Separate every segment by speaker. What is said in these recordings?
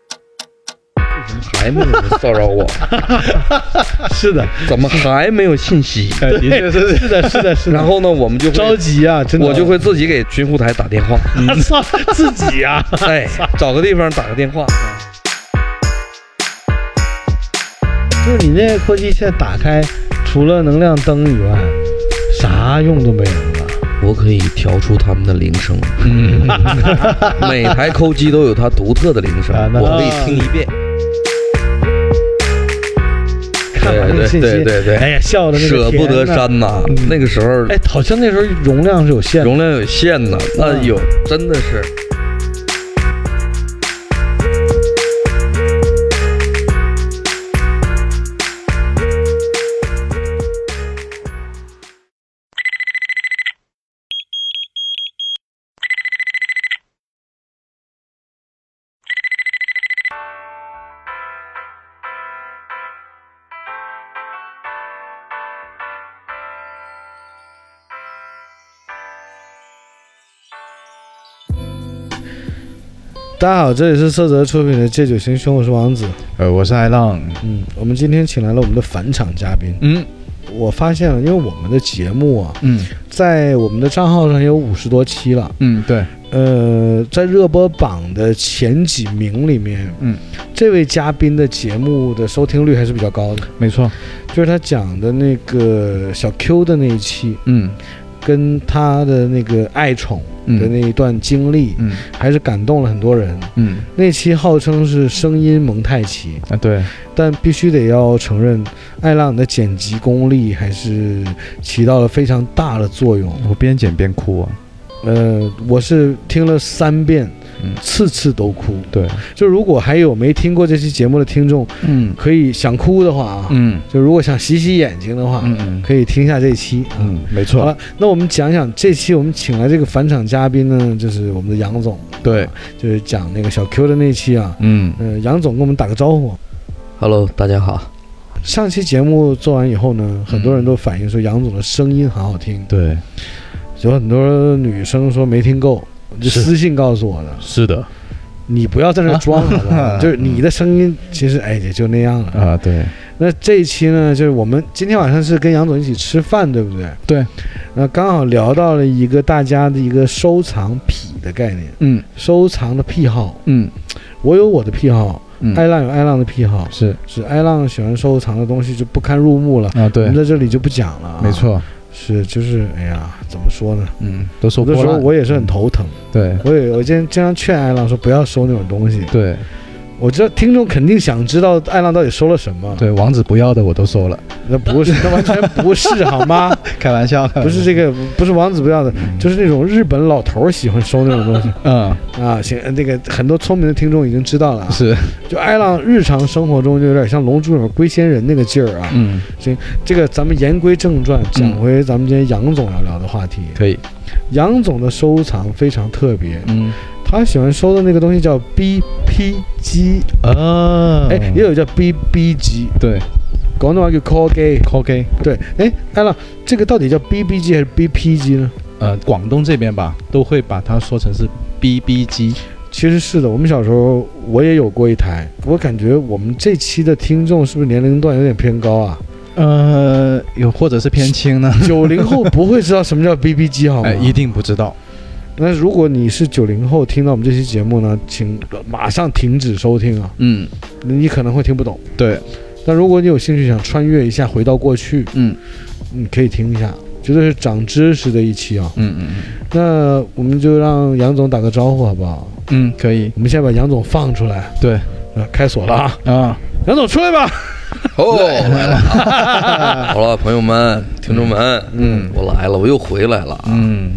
Speaker 1: 怎么还没有人骚扰我？
Speaker 2: 是的，
Speaker 1: 怎么还没有信息？
Speaker 2: 哎的确是是的， 是的，是的。
Speaker 1: 然后呢，我们就会
Speaker 2: 着，急嗯啊，真的，
Speaker 1: 我就会自己给巡护台打电话，
Speaker 2: 操 自己啊，
Speaker 1: 哎，找个地方打个电话。
Speaker 2: 就是你那扩机现在打开，除了能量灯以外，啥用都没有了。
Speaker 1: 我可以调出他们的铃声，
Speaker 2: 嗯
Speaker 1: 每台扣机都有它独特的铃声
Speaker 2: 啊，那
Speaker 1: 我可以听一遍。
Speaker 2: 看完这个信息，
Speaker 1: 对对对对
Speaker 2: 哎呀，笑的那
Speaker 1: 舍
Speaker 2: 个
Speaker 1: 不得
Speaker 2: 甜呐。
Speaker 1: 删呐、
Speaker 2: 嗯
Speaker 1: 那个时候
Speaker 2: 哎，嗯好像那时候容量是有限的，
Speaker 1: 容量有限呐、那有真的是。
Speaker 2: 大家好，这里是色泽出品的《借酒行凶》，我是王子。
Speaker 3: 呃，我是艾浪，
Speaker 2: 嗯，我们今天请来了我们的返场嘉宾。
Speaker 3: 嗯
Speaker 2: 我发现了，因为我们的节目啊，
Speaker 3: 嗯
Speaker 2: 在我们的账号上有五十多期了。
Speaker 3: 嗯，对，
Speaker 2: 呃，在热播榜的前几名里面，
Speaker 3: 嗯，
Speaker 2: 这位嘉宾的节目的收听率还是比较高的，
Speaker 3: 没错，
Speaker 2: 就是他讲的那个小 Q 的那一期，
Speaker 3: 嗯
Speaker 2: 跟他的那个爱宠的
Speaker 3: 嗯
Speaker 2: 那一段经历，
Speaker 3: 嗯
Speaker 2: 还是感动了很多人。
Speaker 3: 嗯
Speaker 2: 那期号称是声音蒙太奇，
Speaker 3: 啊，对，
Speaker 2: 但必须得要承认，艾浪的剪辑功力还是起到了非常大的作用。
Speaker 3: 我边剪边哭啊，
Speaker 2: 呃，我是听了三遍，
Speaker 3: 嗯
Speaker 2: 次次都哭。
Speaker 3: 对，
Speaker 2: 就如果还有没听过这期节目的听众，
Speaker 3: 嗯
Speaker 2: 可以想哭的话啊，
Speaker 3: 嗯
Speaker 2: 就如果想洗洗眼睛的话，
Speaker 3: 嗯嗯
Speaker 2: 可以听一下这期啊。
Speaker 3: 嗯，没
Speaker 2: 好
Speaker 3: 错，
Speaker 2: 了，那我们讲讲这期我们请来这个返场嘉宾呢，就是我们的杨总，
Speaker 3: 对，
Speaker 2: 就是讲那个小 Q 的那期啊。
Speaker 3: 嗯
Speaker 2: 呃，杨总跟我们打个招呼。
Speaker 1: Hello，大家好，
Speaker 2: 上期节目做完以后呢，很多人都反映说杨总的声音很好听，
Speaker 3: 对，
Speaker 2: 有很多女生说没听够，就是私信告诉我的。
Speaker 3: 是的，
Speaker 2: 你不要在那 装好不好？就是你的声音其实哎也就那样了。
Speaker 3: 啊，对，
Speaker 2: 那这一期呢，就是我们今天晚上是跟杨总一起吃饭，对不对？
Speaker 3: 对。
Speaker 2: 那刚好聊到了一个大家的一个收藏癖的概念，
Speaker 3: 嗯
Speaker 2: 收藏的癖好。
Speaker 3: 嗯
Speaker 2: 我有我的癖好，艾
Speaker 3: 嗯，
Speaker 2: 浪有艾浪的癖好，
Speaker 3: 是
Speaker 2: 是艾浪喜欢收藏的东西就不堪入目了。
Speaker 3: 啊，
Speaker 2: 我
Speaker 3: 对
Speaker 2: 们，在这里就不讲了、啊。
Speaker 3: 没，错，
Speaker 2: 是就是哎呀，怎么说呢？
Speaker 3: 嗯，都收
Speaker 2: 有的
Speaker 3: 破
Speaker 2: 时候
Speaker 3: 烂，
Speaker 2: 我也是很头疼，
Speaker 3: 对
Speaker 2: 我也我经经常劝艾浪说不要收那种东西。
Speaker 3: 对
Speaker 2: 我知道听众肯定想知道艾浪到底收了什么，
Speaker 3: 对，王子不要的我都收了，
Speaker 2: 那不是，那完全不 是好吗？
Speaker 3: 开玩笑，
Speaker 2: 不是这个，
Speaker 3: 嗯
Speaker 2: 不是王子不要的，就是那种日本老头儿喜欢收那种 东西
Speaker 3: 嗯，
Speaker 2: 啊。行，那个很多聪明的听众已经知道了啊，
Speaker 3: 是，
Speaker 2: 就艾浪日常生活中就有点像《龙珠》里面龟仙人那个劲儿啊。
Speaker 3: 嗯，
Speaker 2: 这个咱们言归正传，讲回咱们今天杨总要聊的话题。
Speaker 3: 可以，
Speaker 2: 杨总的收藏非常特别，
Speaker 3: 嗯
Speaker 2: 他喜欢收的那个东西叫 BP 机，
Speaker 3: 啊，
Speaker 2: 哎，也有叫 BB 机，
Speaker 3: 对
Speaker 2: 广东话叫 call gay。
Speaker 3: ，call gay，
Speaker 2: 对，哎，艾浪，这个到底叫 BB 机还是 BP 机呢？
Speaker 3: 呃，广东这边吧，都会把它说成是 BB 机，
Speaker 2: 其实是的，我们小时候我也有过一台，我感觉我们这期的听众是不是年龄段有点偏高 啊？
Speaker 3: 呃，有或者是偏轻呢？
Speaker 2: 九零后不会知道什么叫 BB 机好吗？
Speaker 3: 哎，一定不知道。
Speaker 2: 那如果你是九零后，听到我们这期节目呢，请马上停止收听啊，
Speaker 3: 嗯，
Speaker 2: 你可能会听不懂。
Speaker 3: 对，
Speaker 2: 但如果你有兴趣想穿越一下，回到过去，
Speaker 3: 嗯
Speaker 2: 你可以听一下，绝对是长知识的一期啊。
Speaker 3: 嗯嗯
Speaker 2: 那我们就让杨总打个招呼好不好？
Speaker 3: 嗯，可以。
Speaker 2: 我们先把杨总放出来，
Speaker 3: 对
Speaker 2: 呃，开锁了啊！
Speaker 3: 啊，
Speaker 2: 杨总出来吧。
Speaker 1: 哦，来了，哦 好了，朋友们、听众们，
Speaker 3: 嗯，
Speaker 1: 我来了，我又回来了。啊
Speaker 3: 嗯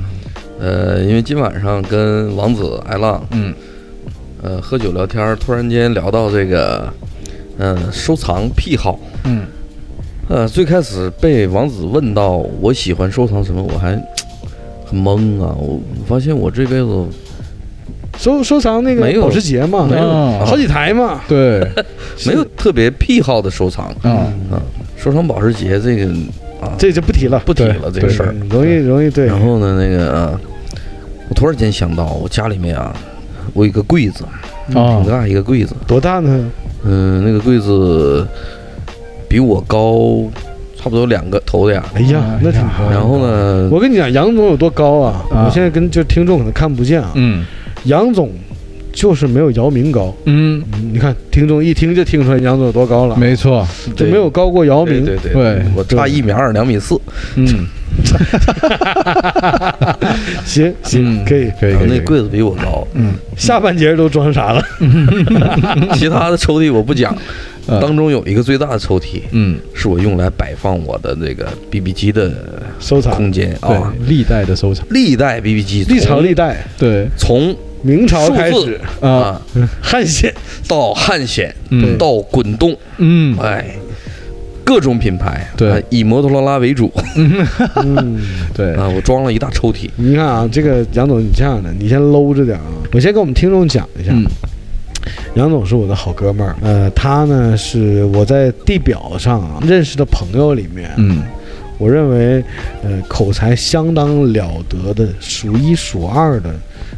Speaker 1: 呃，因为今晚上跟王子、艾浪，
Speaker 3: 嗯
Speaker 1: 呃，喝酒聊天，突然间聊到这个，呃，收藏癖好。
Speaker 3: 嗯
Speaker 1: 呃，最开始被王子问到我喜欢收藏什么，我还很懵啊。我我发现我这辈子
Speaker 2: 收收藏那
Speaker 1: 没
Speaker 2: 个
Speaker 1: 有
Speaker 2: 保时捷嘛，
Speaker 3: 没有
Speaker 2: 啊好几台嘛。
Speaker 3: 对
Speaker 1: 没有特别癖好的收藏。
Speaker 3: 啊，
Speaker 1: 啊，收藏保时捷这个啊，
Speaker 2: 这就不提了，
Speaker 1: 不提了这
Speaker 3: 对
Speaker 1: 个事儿。
Speaker 2: 嗯容易容易对
Speaker 1: 然后呢，那个、啊我突然间想到，我家里面啊，我有一个柜子，
Speaker 3: 啊
Speaker 1: 挺大一个柜子，
Speaker 2: 多大呢？
Speaker 1: 嗯、那个柜子比我高差不多两个头点儿。
Speaker 2: 哎呀
Speaker 3: 哎，
Speaker 2: 那挺
Speaker 3: 呀
Speaker 2: 高。
Speaker 1: 然后呢，
Speaker 2: 我跟你讲，杨总有多高啊！
Speaker 3: 啊
Speaker 2: 我现在跟就听众可能看不见啊，
Speaker 3: 嗯
Speaker 2: 杨总就是没有姚明高。
Speaker 3: 嗯，
Speaker 2: 你看，听众一听就听出来杨总有多高了，
Speaker 3: 没错，
Speaker 2: 就
Speaker 1: 对
Speaker 2: 没有高过姚
Speaker 1: 对
Speaker 2: 明。
Speaker 1: 对对
Speaker 3: 对
Speaker 1: 我差一米二，两米四。
Speaker 3: 嗯
Speaker 2: 行行，
Speaker 1: 嗯
Speaker 2: 可以。
Speaker 3: 可以
Speaker 1: 然后
Speaker 3: 可以，
Speaker 1: 那
Speaker 3: 可以
Speaker 1: 柜子比我 高，
Speaker 3: 嗯
Speaker 2: 下半截都装啥了？
Speaker 1: 其他的抽屉我不 讲。
Speaker 3: 呃
Speaker 1: 当中有一个最大的抽屉
Speaker 3: 嗯
Speaker 1: 是我用来摆放我的那个 BB 机的
Speaker 2: 收藏，
Speaker 1: 空间啊。
Speaker 3: 对历代的收藏，
Speaker 1: 历代 BB 机从，
Speaker 2: 历朝历代，
Speaker 3: 对
Speaker 1: 从
Speaker 2: 明朝开
Speaker 1: 数
Speaker 2: 始
Speaker 1: 字，
Speaker 3: 啊
Speaker 1: 啊
Speaker 2: 汉献
Speaker 1: 到汉显，
Speaker 3: 嗯
Speaker 1: 到滚动，
Speaker 3: 嗯
Speaker 1: 哎，各种品牌，
Speaker 3: 对
Speaker 1: 啊以摩托罗拉为主
Speaker 2: 嗯，
Speaker 3: 对
Speaker 1: 啊。我装了一大抽屉，
Speaker 2: 你看啊，这个杨总，你这样的，你先搂着点啊。我先跟我们听众讲一下，
Speaker 3: 嗯
Speaker 2: 杨总是我的好哥们儿，呃，他呢是我在地表上啊认识的朋友里面，
Speaker 3: 嗯
Speaker 2: 我认为，呃，口才相当了得的，数一数二的，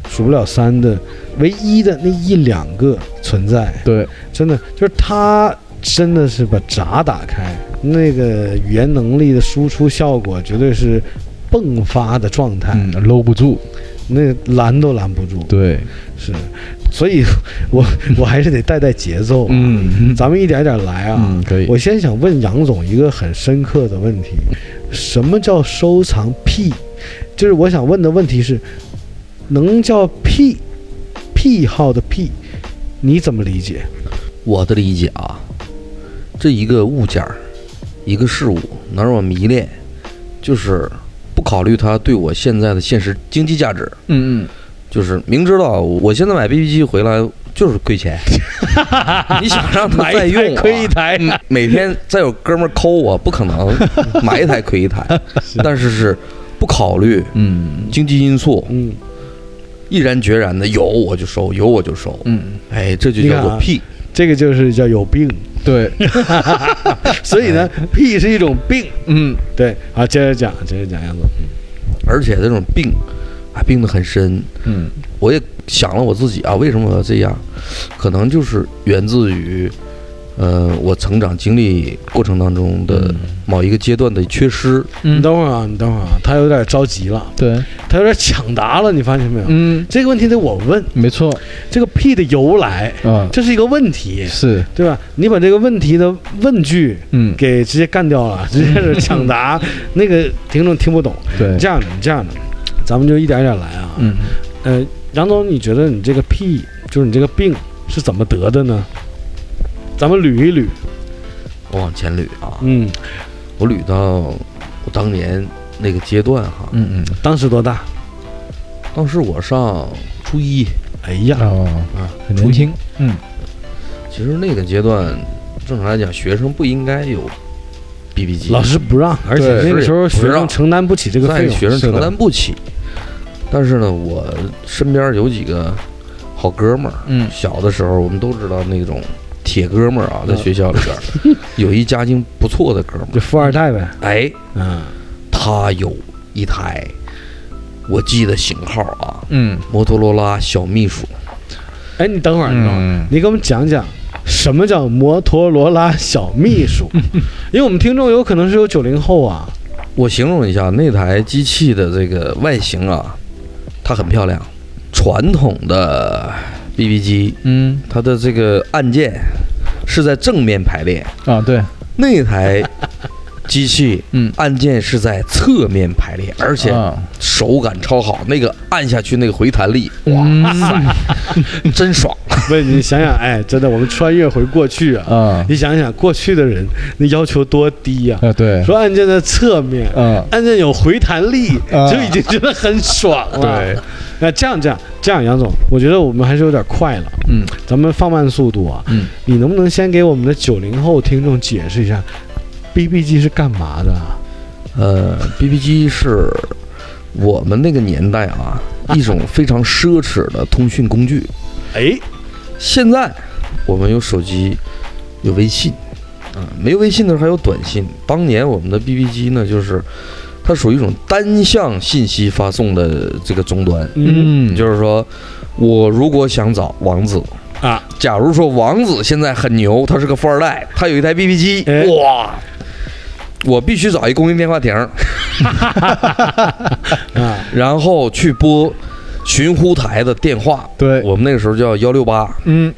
Speaker 2: 数不了三的，唯一的那一两个存在，
Speaker 3: 对
Speaker 2: 真的就是他，真的是把闸打开，那个语言能力的输出效果绝对是迸发的状态，
Speaker 3: 嗯搂不住，
Speaker 2: 那拦都拦不住，
Speaker 3: 对
Speaker 2: 是，所以 我我还是得带带节奏，
Speaker 3: 嗯
Speaker 2: 咱们一点一点来啊，
Speaker 3: 嗯可以
Speaker 2: 我先想问杨总一个很深刻的问题：什么叫收藏癖？就是我想问的问题是，能叫癖癖好的癖，你怎么理解？
Speaker 1: 我的理解啊，这一个物件儿，一个事物能让我迷恋，就是不考虑它对我现在的现实经济价值，
Speaker 3: 嗯 嗯
Speaker 1: 就是明知道我现在买 BB 机回来 就是亏 钱，你想让它再用、啊，
Speaker 2: 台
Speaker 1: 嗯每天再有哥们儿抠我，不可 能买一台亏一台，但是是不考虑
Speaker 3: 嗯
Speaker 1: 经济因素，
Speaker 2: 嗯，
Speaker 1: 毅然决然的有我就收，有我就收，
Speaker 3: 嗯
Speaker 1: 哎，这就叫
Speaker 2: 你看啊
Speaker 1: 做屁，
Speaker 2: 这个就是叫有 病。
Speaker 3: 对
Speaker 2: 所以呢，癖是一种病。
Speaker 3: 哎嗯
Speaker 2: 对，好，接着讲，接着讲，杨总。
Speaker 1: 而且这种病啊，病得很深。
Speaker 3: 嗯
Speaker 1: 我也想了我自己啊，为什么我要这样？可能就是源自于，呃，我成长经历过程当中的某一个阶段的缺失。
Speaker 2: 你
Speaker 3: 嗯
Speaker 2: 等会儿啊，你等会儿啊，他有点着急了，
Speaker 3: 对
Speaker 2: 他有点抢答了，你发现没有？
Speaker 3: 嗯
Speaker 2: 这个问题得我问，
Speaker 3: 没错
Speaker 2: 这个癖的由来，
Speaker 3: 啊
Speaker 2: 这是一个问题，
Speaker 3: 是
Speaker 2: 对吧？你把这个问题的问句
Speaker 3: 嗯
Speaker 2: 给直接干掉了，直接是抢答，那个听众听不懂。
Speaker 3: 对
Speaker 2: 这样的，这样的，咱们就一点一点来啊。
Speaker 3: 嗯
Speaker 2: 呃，杨总，你觉得你这个癖，就是你这个病是怎么得的呢？咱们捋一捋。
Speaker 1: 我往前捋啊，
Speaker 2: 嗯，
Speaker 1: 我捋到我当年那个阶段哈，
Speaker 3: 嗯嗯
Speaker 2: 当时多大？
Speaker 1: 当时我上初一，
Speaker 2: 哎呀，
Speaker 3: 哦
Speaker 1: 啊，
Speaker 3: 很年轻嗯
Speaker 1: 其实那个阶段，正常来讲，学生不应该有 BB 机，
Speaker 2: 老师不让，而且
Speaker 3: 对
Speaker 2: 那个时候
Speaker 1: 是不
Speaker 2: 学生
Speaker 1: 让
Speaker 2: 承担不起这个
Speaker 1: 在
Speaker 2: 费用。
Speaker 1: 学生
Speaker 3: 是的
Speaker 1: 承担不起。但是呢，我身边有几个好哥们儿，
Speaker 3: 嗯
Speaker 1: 小的时候我们都知道那种铁哥们儿啊，在
Speaker 2: 嗯
Speaker 1: 学校里边儿，有一家境不错的哥们
Speaker 2: 就富二代呗，
Speaker 1: 儿，哎，
Speaker 2: 嗯，
Speaker 1: 他有一台，我记得型号啊，
Speaker 3: 嗯
Speaker 1: 摩托罗拉小秘书，
Speaker 2: 哎，你等会儿，你等会儿，
Speaker 3: 嗯
Speaker 2: 你给我们讲讲什么叫摩托罗拉小秘 书？因为我们听众有可能是有九零后啊，
Speaker 1: 我形容一下那台机器的这个外形啊，它很漂亮。传统的 BB 机，
Speaker 3: 嗯
Speaker 1: 它的这个按键是在正面排列，
Speaker 3: 啊对
Speaker 1: 那台机器
Speaker 3: 嗯
Speaker 1: 按键是在侧面排列，而且
Speaker 3: 啊
Speaker 1: 手感超好，那个按下去那个回弹力，哇，
Speaker 3: 哇塞
Speaker 1: 真爽！
Speaker 2: 不是你想想，哎，真的，我们穿越回过去啊，
Speaker 3: 啊
Speaker 2: 你想想过去的人那要求多低呀、
Speaker 3: 啊对
Speaker 2: 说按键在侧面，
Speaker 3: 啊
Speaker 2: 按键有回弹力，
Speaker 3: 啊
Speaker 2: 就已经觉得很爽了。
Speaker 3: 对，
Speaker 2: 那这样这样这样，杨总，我觉得我们还是有点快了，
Speaker 3: 嗯
Speaker 2: 咱们放慢速度啊。
Speaker 3: 嗯
Speaker 2: 你能不能先给我们的九零后听众解释一下，BB 机是干嘛的啊？
Speaker 1: 呃，BB 机是我们那个年代啊一种非常奢侈的通讯工具。
Speaker 2: 哎，
Speaker 1: 现在我们有手机，有微信，嗯，没微信的时候还有短信。当年我们的 BB 机呢，就是它属于一种单向信息发送的这个终端，
Speaker 3: 嗯，
Speaker 1: 就是说我如果想找王子
Speaker 2: 啊，
Speaker 1: 假如说王子现在很牛，他是个富二代，他有一台 BB 机，
Speaker 2: 哎
Speaker 1: 哇，我必须找一公用电话亭，
Speaker 2: 啊，
Speaker 1: 然后去拨寻呼台的电话，
Speaker 2: 哎
Speaker 3: 对，
Speaker 1: 我们那个时候叫幺六八，
Speaker 3: 嗯，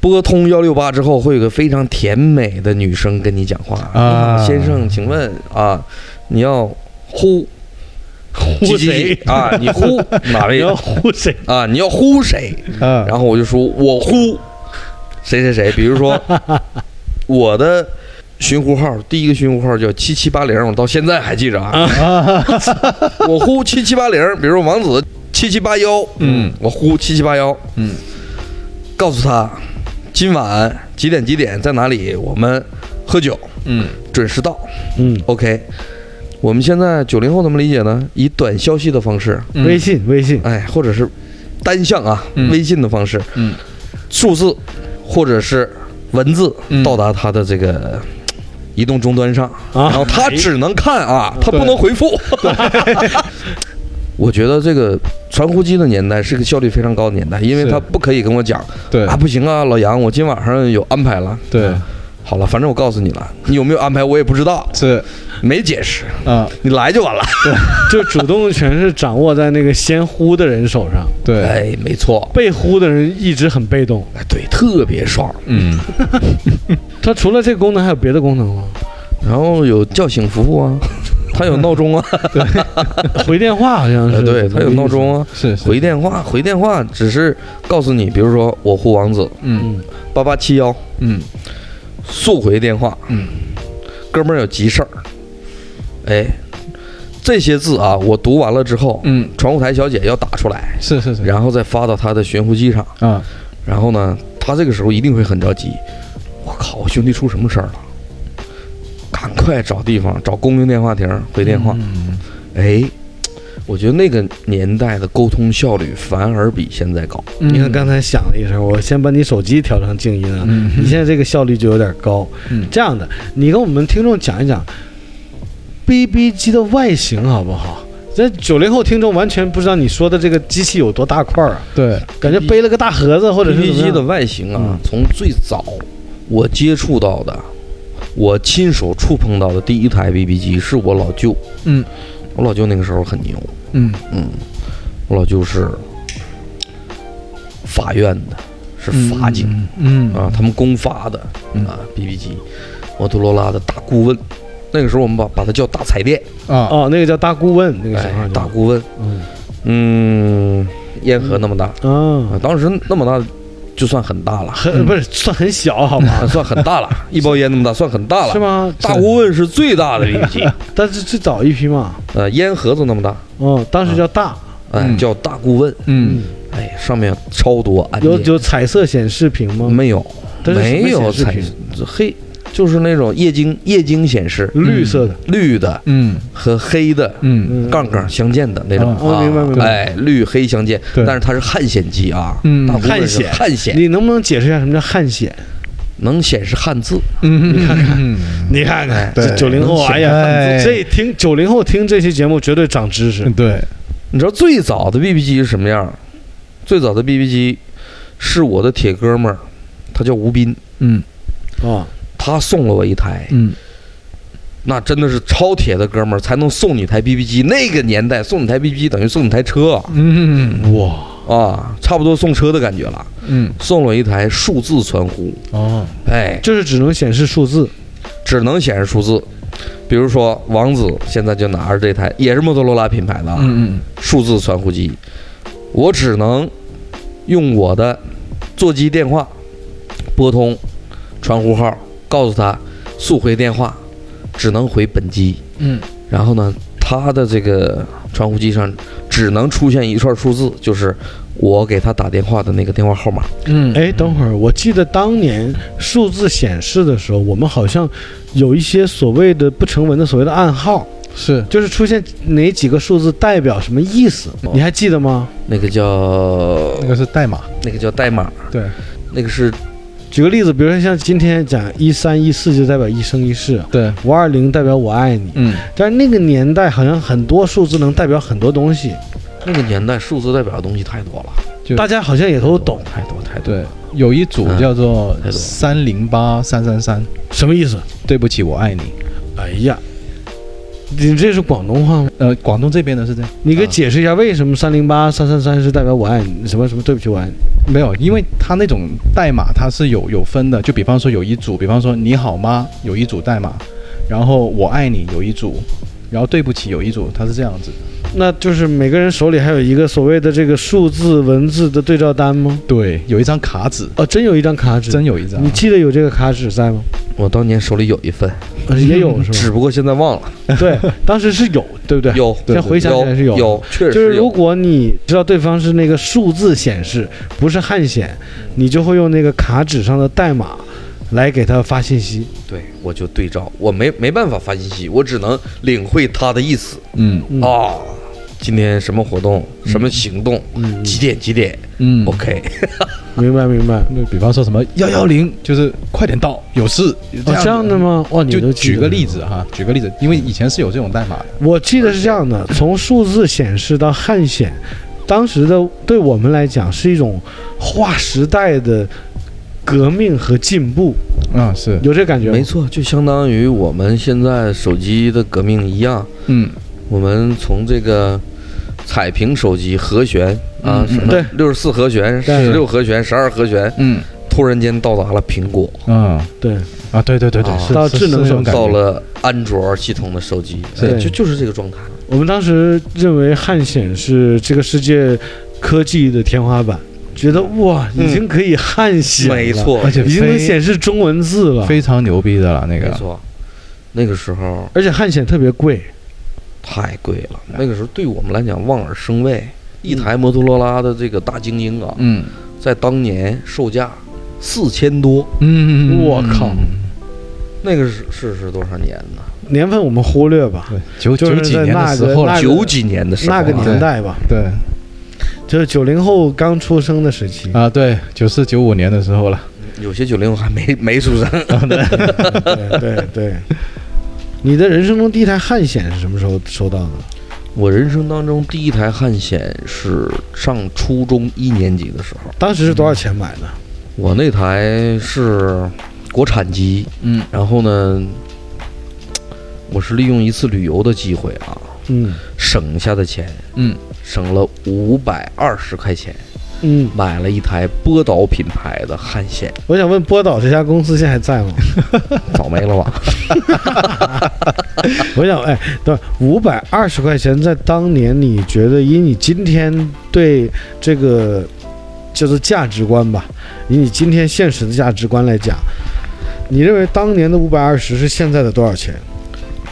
Speaker 1: 拨通幺六八之后，会有个非常甜美的女生跟你讲话
Speaker 3: 啊
Speaker 1: 先生，请问啊，你要呼
Speaker 2: 呼谁？
Speaker 1: 啊？你呼哪
Speaker 2: 你
Speaker 1: 位
Speaker 2: 要呼谁？
Speaker 1: 啊？你要呼谁？
Speaker 3: 啊，
Speaker 1: 然后我就说我呼谁谁谁，比如 说我的寻呼号，第一个寻呼号叫七七八零，我到现在还记着啊。我呼七七八零，比如王子七七八幺，
Speaker 3: 嗯，
Speaker 1: 我呼七七八幺，
Speaker 3: 嗯，
Speaker 1: 告诉他今晚几点几点在哪里，我们喝酒，
Speaker 3: 嗯，
Speaker 1: 准时到。
Speaker 2: 嗯，
Speaker 1: OK，我们现在九零后怎么理解呢？以短消息的方式，
Speaker 3: 嗯
Speaker 2: 微，信微信，
Speaker 1: 哎，或者是单向啊，
Speaker 3: 嗯
Speaker 1: 微信的方式，
Speaker 3: 嗯，
Speaker 1: 数字或者是文字
Speaker 3: 嗯
Speaker 1: 到达他的这个呃移动终端上，
Speaker 2: 啊
Speaker 1: 然后他只能看啊，他不
Speaker 3: 对
Speaker 1: 能回复。 我觉得这个传呼机的年代是个效率非常高的年代，因为
Speaker 3: 是
Speaker 1: 他不可以跟我讲
Speaker 3: 对
Speaker 1: 啊，不行啊，老杨，我今晚上有安排了。
Speaker 3: 对，
Speaker 1: 好了，反正我告诉你了，你有没有安排我也不知道，
Speaker 3: 是
Speaker 1: 没解释，
Speaker 3: 啊，
Speaker 1: 你来就完了。
Speaker 2: 就主动权是掌握在那个先呼的人手上，
Speaker 3: 对，
Speaker 1: 哎，没错，
Speaker 2: 被呼的人一直很被动。
Speaker 1: 哎对，特别爽。
Speaker 3: 嗯，
Speaker 2: 它除了这个功能，还有别的功能吗？
Speaker 1: 然后有叫醒服务 啊，它有闹钟啊，
Speaker 2: 回电话好像
Speaker 1: 呃
Speaker 2: 是，
Speaker 1: 对，它有闹钟啊，
Speaker 3: 是是，
Speaker 1: 回电话，回电话只是告诉你，比如说我呼王子
Speaker 3: 嗯
Speaker 2: 嗯，
Speaker 1: 八八七幺
Speaker 3: 嗯
Speaker 1: 速回电话，
Speaker 3: 嗯，
Speaker 1: 哥们儿有急事儿，哎，这些字啊，我读完了之后，
Speaker 3: 嗯，
Speaker 1: 传呼台小姐要打出来，
Speaker 3: 是是是，
Speaker 1: 然后再发到她的寻呼机上，
Speaker 3: 啊，
Speaker 1: 然后呢，她这个时候一定会很着急，我靠，我兄弟出什么事儿了？赶快找地方，找公用电话亭回电话。
Speaker 3: 嗯
Speaker 1: 哎，我觉得那个年代的沟通效率反而比现在高。
Speaker 3: 嗯
Speaker 2: 你看刚才响了一声，我先把你手机调成静音啊，
Speaker 3: 嗯
Speaker 2: 你现在这个效率就有点高。
Speaker 3: 嗯
Speaker 2: 这样的，你跟我们听众讲一讲，BB 机的外形好不好？这九零后听众完全不知道你说的这个机器有多大块儿啊，
Speaker 3: 对，
Speaker 2: 感觉背了个大盒子，或者是
Speaker 1: BB
Speaker 2: 怎么
Speaker 1: 机
Speaker 2: 样
Speaker 1: 的外形啊
Speaker 2: 嗯，
Speaker 1: 从最早我接触到的，我亲手触碰到的第一台 BB 机是我老舅。
Speaker 3: 嗯
Speaker 1: 我老舅那个时候很牛，
Speaker 3: 嗯
Speaker 1: 嗯，我老舅是法院的，是法警、，
Speaker 3: 嗯
Speaker 1: 啊，他们公发的
Speaker 3: 嗯
Speaker 1: 啊 BB 机，摩托罗拉的大顾问。那个时候我们把把它叫大彩电，
Speaker 3: 啊，
Speaker 2: 哦，那个叫大顾问，那个型号
Speaker 1: 哎
Speaker 2: 叫，
Speaker 1: 大顾问，
Speaker 2: 嗯
Speaker 1: 嗯，烟盒那么大，啊
Speaker 2: 啊，，
Speaker 1: 当时那么大就算很大了，
Speaker 2: 很不是算很小好吗？
Speaker 1: 啊算很大了，一包烟那么大，算很大了。
Speaker 2: 是？吗？
Speaker 1: 大顾问是最大的 BB 机，
Speaker 2: 但是最早一批嘛，
Speaker 1: 呃，烟盒子那么大，
Speaker 2: 嗯，当时叫大，
Speaker 1: 哎，
Speaker 3: 嗯
Speaker 1: 叫大顾问，
Speaker 3: 嗯
Speaker 1: 哎，上面超多按
Speaker 2: 有
Speaker 1: 键，
Speaker 2: 有彩色显示屏吗？
Speaker 1: 没有，
Speaker 2: 它是什么
Speaker 1: 没有彩
Speaker 2: 显示
Speaker 1: 黑，就是那种液晶液晶显示，
Speaker 2: 绿色的，
Speaker 1: 绿的
Speaker 3: 嗯
Speaker 1: 和黑的
Speaker 3: 嗯
Speaker 2: 嗯
Speaker 1: 杠杠相间的那种
Speaker 3: 啊
Speaker 2: 哦
Speaker 1: 啊
Speaker 2: 明白明，白
Speaker 1: 哎，绿黑相间，
Speaker 3: 对
Speaker 1: 但是它是汗显机啊，
Speaker 3: 嗯
Speaker 1: 大顾问是
Speaker 2: 汗显
Speaker 1: 汗显，
Speaker 2: 你能不能解释一下什么叫汗显？
Speaker 1: 能显示汉字。
Speaker 3: 嗯，你看看，
Speaker 2: 你看看
Speaker 3: 对
Speaker 2: 这九零后，
Speaker 3: 能
Speaker 2: 哎呀，嗯
Speaker 3: 哎
Speaker 2: 这听九零后听这期节目绝对长知识。
Speaker 3: 对，
Speaker 1: 你知道最早的 BB 机是什么样？最早的 BB 机是我的铁哥们儿，他叫吴斌，
Speaker 3: 嗯
Speaker 2: 啊，
Speaker 1: 他送了我一台，
Speaker 3: 嗯
Speaker 1: 那真的是超铁的哥们儿才能送你台 BB 机。那个年代送你台 BB 机等于送你台车
Speaker 3: 嗯
Speaker 2: 哇，
Speaker 1: 啊，差不多送车的感觉了。
Speaker 3: 嗯，
Speaker 1: 送了一台数字传呼，
Speaker 3: 哦，
Speaker 1: 哎，
Speaker 2: 就是只能显示数字，
Speaker 1: 只能显示数字。比如说，王子现在就拿着这台，也是摩托罗拉品牌的啊，
Speaker 3: 嗯嗯
Speaker 1: 数字传呼机，我只能用我的座机电话拨通传呼号，告诉他速回电话，只能回本机。
Speaker 3: 嗯
Speaker 1: 然后呢，他的这个传呼机上只能出现一串数字，就是我给他打电话的那个电话号码。
Speaker 3: 嗯，
Speaker 2: 哎，等会儿，我记得当年数字显示的时候，我们好像有一些所谓的不成文的所谓的暗号，
Speaker 3: 是，
Speaker 2: 就是出现哪几个数字代表什么意思，
Speaker 1: 哦
Speaker 2: 你还记得吗？
Speaker 1: 那个叫
Speaker 3: 那个是代码，
Speaker 1: 那个叫代码，
Speaker 3: 对，
Speaker 1: 那个是
Speaker 2: 举个例子，比如说像今天讲一三一四就代表一生一世，
Speaker 3: 对，
Speaker 2: 五二零代表我爱你。
Speaker 3: 嗯，
Speaker 2: 但是那个年代好像很多数字能代表很多东西，
Speaker 1: 那个年代数字代表的东西太多了，
Speaker 3: 对
Speaker 2: 大家好像也都懂，
Speaker 1: 太多太多。
Speaker 3: 对，有一组
Speaker 1: 嗯
Speaker 3: 叫做
Speaker 1: 太多了
Speaker 3: 三零八三三三，
Speaker 2: 什么意思？
Speaker 3: 对不起，我爱你。
Speaker 2: 哎呀，你这是广东话吗？
Speaker 3: 呃，广东这边呢是这样，
Speaker 2: 你给解释一下为什么三零八三三三是代表我爱你，什么什么对不起我爱你？
Speaker 3: 没有，因为它那种代码它是有有分的，就比方说有一组，比方说你好吗有一组代码，然后我爱你有一组，然后对不起有一组，它是这样子。
Speaker 2: 那就是每个人手里还有一个所谓的这个数字文字的对照单吗？
Speaker 3: 对，有一张卡纸，
Speaker 2: 哦，真有一张卡纸，
Speaker 3: 真有一张
Speaker 2: 你。记得有这个卡纸在吗？
Speaker 1: 我当年手里有一份，
Speaker 2: 呃也有 是
Speaker 1: 只不过现在忘了。
Speaker 2: 吧？对，当时是有，对不对？。
Speaker 1: 有，
Speaker 2: 现在回想起来是
Speaker 1: 有
Speaker 2: 有
Speaker 1: 有，确
Speaker 2: 就
Speaker 1: 实
Speaker 2: 是
Speaker 1: 有
Speaker 2: 如果你知道对方是那个数字显示，不是汉显，你就会用那个卡纸上的代码来给他发信息。
Speaker 1: 对，我就对照，我没没办法发信息，我只能领会他的意思
Speaker 3: 嗯
Speaker 2: 嗯
Speaker 1: 啊。今天什么活动，什么行动，
Speaker 2: 嗯，
Speaker 1: 几点几点
Speaker 3: 嗯
Speaker 1: ？OK，
Speaker 2: 明白明白。
Speaker 3: 那比方说什么幺幺零，就是快点到，有事。
Speaker 2: 哦，这样的？吗？哇，你
Speaker 3: 就
Speaker 2: 都记
Speaker 3: 举
Speaker 2: 得了
Speaker 3: 个例子哈，举个例子，因为以前是有这种代码的。
Speaker 2: 我记得是这样的，从数字显示到汉显，当时的对我们来讲是一种划时代的革命和进步，
Speaker 3: 啊，是，
Speaker 2: 有这感觉吗
Speaker 1: 没？错，就相当于我们现在手机的革命一样，
Speaker 3: 嗯，
Speaker 1: 我们从这个彩屏手机和弦啊
Speaker 3: 嗯嗯，
Speaker 2: 对
Speaker 1: 六十四和弦、
Speaker 2: 对
Speaker 1: 十六和弦、十二和弦，
Speaker 3: 嗯
Speaker 1: 突然间到达了苹果，
Speaker 3: 啊
Speaker 2: 对，
Speaker 3: 啊，对对对对，
Speaker 1: 啊
Speaker 3: 是
Speaker 2: 到
Speaker 3: 是
Speaker 2: 智能
Speaker 3: 是这
Speaker 2: 手
Speaker 3: 种感
Speaker 1: 到
Speaker 3: 觉。
Speaker 1: 了安卓系统的手机，
Speaker 3: 对
Speaker 1: 哎就就是这个状态。
Speaker 2: 我们当时认为汉显是这个世界科技的天花板，觉得哇，
Speaker 1: 嗯
Speaker 2: 已经可以汉显了，
Speaker 1: 没，错，
Speaker 3: 而且
Speaker 2: 已经能
Speaker 3: 非
Speaker 2: 显示中文字了，
Speaker 3: 非常牛逼的了，那
Speaker 1: 没
Speaker 3: 个
Speaker 1: 错，那个时候
Speaker 2: 而且汉显特别贵，
Speaker 1: 太贵了，那个时候对我们来讲望而生畏。一台摩托罗拉的这个大精英啊，
Speaker 3: 嗯
Speaker 1: 在当年售价四千多，
Speaker 3: 嗯，
Speaker 2: 我靠
Speaker 1: 那个是是是多少年呢？
Speaker 2: 年份我们忽略吧，
Speaker 3: 对，九
Speaker 2: 就是
Speaker 3: 九几
Speaker 2: 在
Speaker 3: 年
Speaker 2: 那
Speaker 3: 的时
Speaker 2: 个
Speaker 3: 候
Speaker 2: 那个
Speaker 3: 了，
Speaker 1: 九几年的时候啊，
Speaker 2: 那个年代吧，
Speaker 3: 对
Speaker 2: 就是九零后刚出生的时 期。
Speaker 3: 啊，对，九四九五年的时候了，
Speaker 1: 有些九零后还没 没出生。
Speaker 2: 对对对，你的人生中第一台汉显是什么时候收到的？
Speaker 1: 我人生当中第一台汉显是上初中一年级的时候，
Speaker 2: 当时是多少钱买的？
Speaker 1: 我那台是国产机，
Speaker 3: 嗯
Speaker 1: 然后呢，我是利用一次旅游的机会啊，
Speaker 2: 嗯
Speaker 1: 省下的钱
Speaker 3: 嗯
Speaker 1: 省了五百二十块钱，
Speaker 2: 嗯，
Speaker 1: 买了一台波导品牌的汉显，
Speaker 2: 我想问波导这家公司现在还在吗？
Speaker 1: 早没了吧？
Speaker 2: 我想，哎，对，五百二十块钱在当年，你觉得以你今天对这个叫做价值观吧，以你今天现实的价值观来讲，你认为当年的五百二十是现在的多少钱？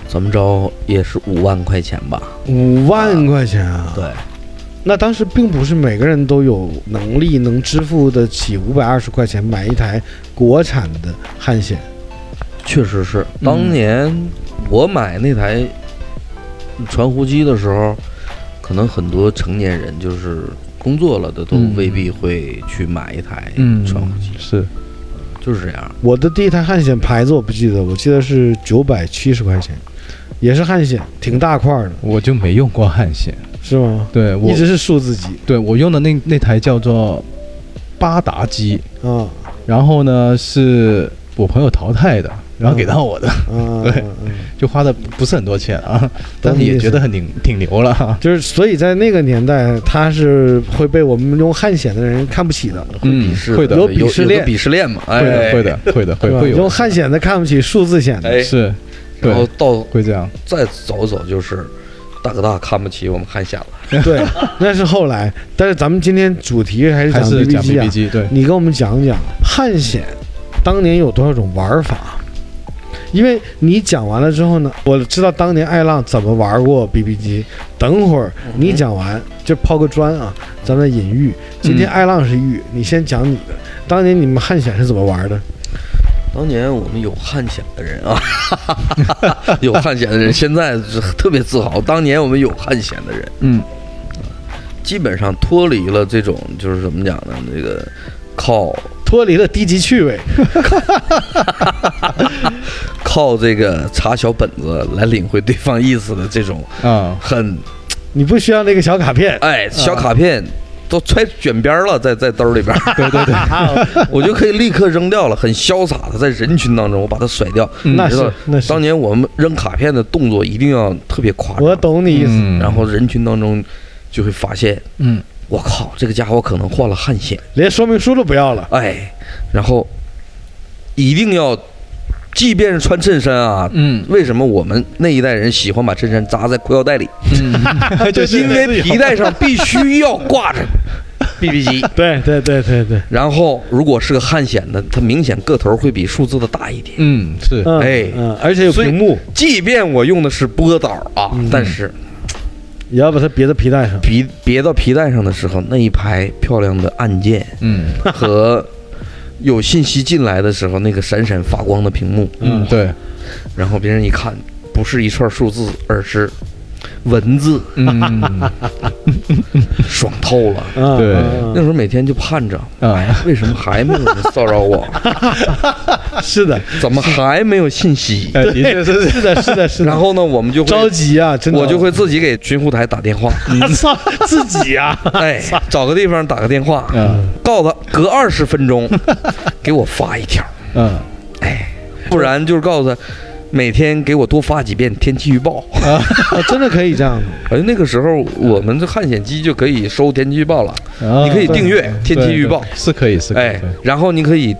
Speaker 1: 怎么着也是五万块钱吧？
Speaker 2: 五万块钱啊！
Speaker 1: 对，
Speaker 2: 那当时并不是每个人都有能力能支付得起五百二十块钱买一台国产的汉显。
Speaker 1: 确实是。
Speaker 3: 嗯
Speaker 1: 当年我买那台传呼机的时候，可能很多成年人就是工作了的都
Speaker 3: 嗯
Speaker 1: 未必会去买一台
Speaker 3: 嗯
Speaker 1: 传呼机，
Speaker 3: 是
Speaker 1: 就是这样。
Speaker 2: 我的第一台汉显牌子我不记得，我记得是九百七十块钱，也是汉显，挺大块儿的，
Speaker 3: 我就没用过汉显，
Speaker 2: 是吗？
Speaker 3: 对我
Speaker 2: 一直是数字机
Speaker 3: 对我用的那那台叫做八达机，
Speaker 2: 啊
Speaker 3: 然后呢是我朋友淘汰的，然后给到我的，
Speaker 2: 啊，对，嗯
Speaker 3: 就花的不是很多钱啊，但是也觉得很挺挺牛了啊，
Speaker 2: 就是所以在那个年代，它是会被我们用汉显的人看不起的，
Speaker 3: 嗯
Speaker 1: 鄙视的
Speaker 3: 会的
Speaker 1: 有
Speaker 2: 有鄙视链
Speaker 1: 有个鄙视链嘛？哎
Speaker 3: 会的 会的会的
Speaker 2: 是
Speaker 3: 会
Speaker 2: 吧
Speaker 3: 会有
Speaker 2: 用汉显的看不起数字显的，
Speaker 1: 哎，
Speaker 3: 是，对
Speaker 1: 然后到
Speaker 3: 会这样，
Speaker 1: 再走走就是大哥大看不起我们汉显了。
Speaker 2: 对，那是后来。但是咱们今天主题还是
Speaker 3: 还
Speaker 2: 讲
Speaker 3: 是讲
Speaker 2: BB 机
Speaker 3: B
Speaker 2: 啊
Speaker 3: B，机对，
Speaker 2: 你跟我们讲讲汉显当年有多少种玩法？因为你讲完了之后呢，我知道当年爱浪怎么玩过 BB 机。等会儿
Speaker 1: 嗯
Speaker 2: 你讲完就抛个砖啊，咱们隐喻。今天
Speaker 3: 嗯
Speaker 2: 爱浪是喻，你先讲你的。当年你们汉显是怎么玩的？
Speaker 1: 当年我们有汉显的人啊， 有汉显的人，现在是特别自豪。当年我们有汉显的人，
Speaker 3: 嗯
Speaker 1: 基本上脱离了这种就是怎么讲呢？这个靠
Speaker 2: 脱离了低级趣味。
Speaker 1: 靠这个查小本子来领会对方意思的这种
Speaker 3: 啊，
Speaker 1: 很
Speaker 2: 你不需要那个小卡片，
Speaker 1: 哎小卡片。都揣卷边儿了，在在兜里边儿，
Speaker 3: 对对对，
Speaker 1: 我就可以立刻扔掉了，很潇洒的在人群当中我把它甩掉。
Speaker 3: 嗯
Speaker 2: 那
Speaker 1: 你知
Speaker 2: 是
Speaker 1: 道
Speaker 2: 那是
Speaker 1: 当，年我们扔卡片的动作一定要特别夸
Speaker 2: 我
Speaker 1: 张，
Speaker 2: 懂你意思。
Speaker 3: 嗯
Speaker 1: 然后人群当中就会发现，
Speaker 3: 嗯，
Speaker 1: 我靠，这个家伙可能患了汗腺，
Speaker 2: 连说明书都不 要了，
Speaker 1: 哎，然后一定要，即便是穿衬衫啊，
Speaker 3: 嗯
Speaker 1: 为什么我们那一代人喜欢把衬衫扎在裤腰带里？
Speaker 3: 嗯，
Speaker 2: 就
Speaker 1: 因为皮带上必须要挂着 BB 机。
Speaker 2: 对对对对对，
Speaker 1: 然后，如果是个汗显的，它明显个头会比数字的大一点。
Speaker 3: 嗯是，
Speaker 2: 嗯
Speaker 1: 哎
Speaker 2: 嗯，而且有
Speaker 1: 所以
Speaker 2: 屏幕，
Speaker 1: 即便我用的是波导啊，
Speaker 2: 嗯
Speaker 1: 但是
Speaker 2: 也要把它别在皮带上。
Speaker 1: 别别到皮带上的时候，那一排漂亮的按键
Speaker 3: 嗯
Speaker 1: 和有信息进来的时候，那个闪闪发光的屏幕，
Speaker 3: 嗯对，
Speaker 1: 然后别人一看，不是一串数字，而是文字，
Speaker 3: 嗯
Speaker 1: 爽透了。
Speaker 2: 嗯，
Speaker 3: 对
Speaker 1: 那时
Speaker 2: 嗯
Speaker 1: 候每天就盼着，哎
Speaker 3: 啊，
Speaker 1: 为什么还没有人骚扰我？
Speaker 2: 嗯是的，
Speaker 1: 怎么还没有信息？
Speaker 3: 哎的确是
Speaker 2: 是 的，是的， 是的。
Speaker 1: 然后呢，我们就
Speaker 2: 着
Speaker 1: 会，
Speaker 2: 急啊，真的，
Speaker 1: 我就会自己给巡护台打电话，
Speaker 2: 操自己啊，
Speaker 1: 哎，找个地方打个电话，
Speaker 3: 嗯
Speaker 1: 告诉他隔二十分 钟给我发一条，哎
Speaker 3: 嗯，
Speaker 1: 不然就是告诉他每天给我多发几遍天气预 报。
Speaker 2: 啊真的可以这样子。
Speaker 1: 哎，那个时候我们这汗显机就可以收天气预报了，
Speaker 3: 你
Speaker 1: 你可以订阅天气预报，
Speaker 3: 是可以是可以，
Speaker 1: 哎
Speaker 3: 对，
Speaker 1: 然后你可以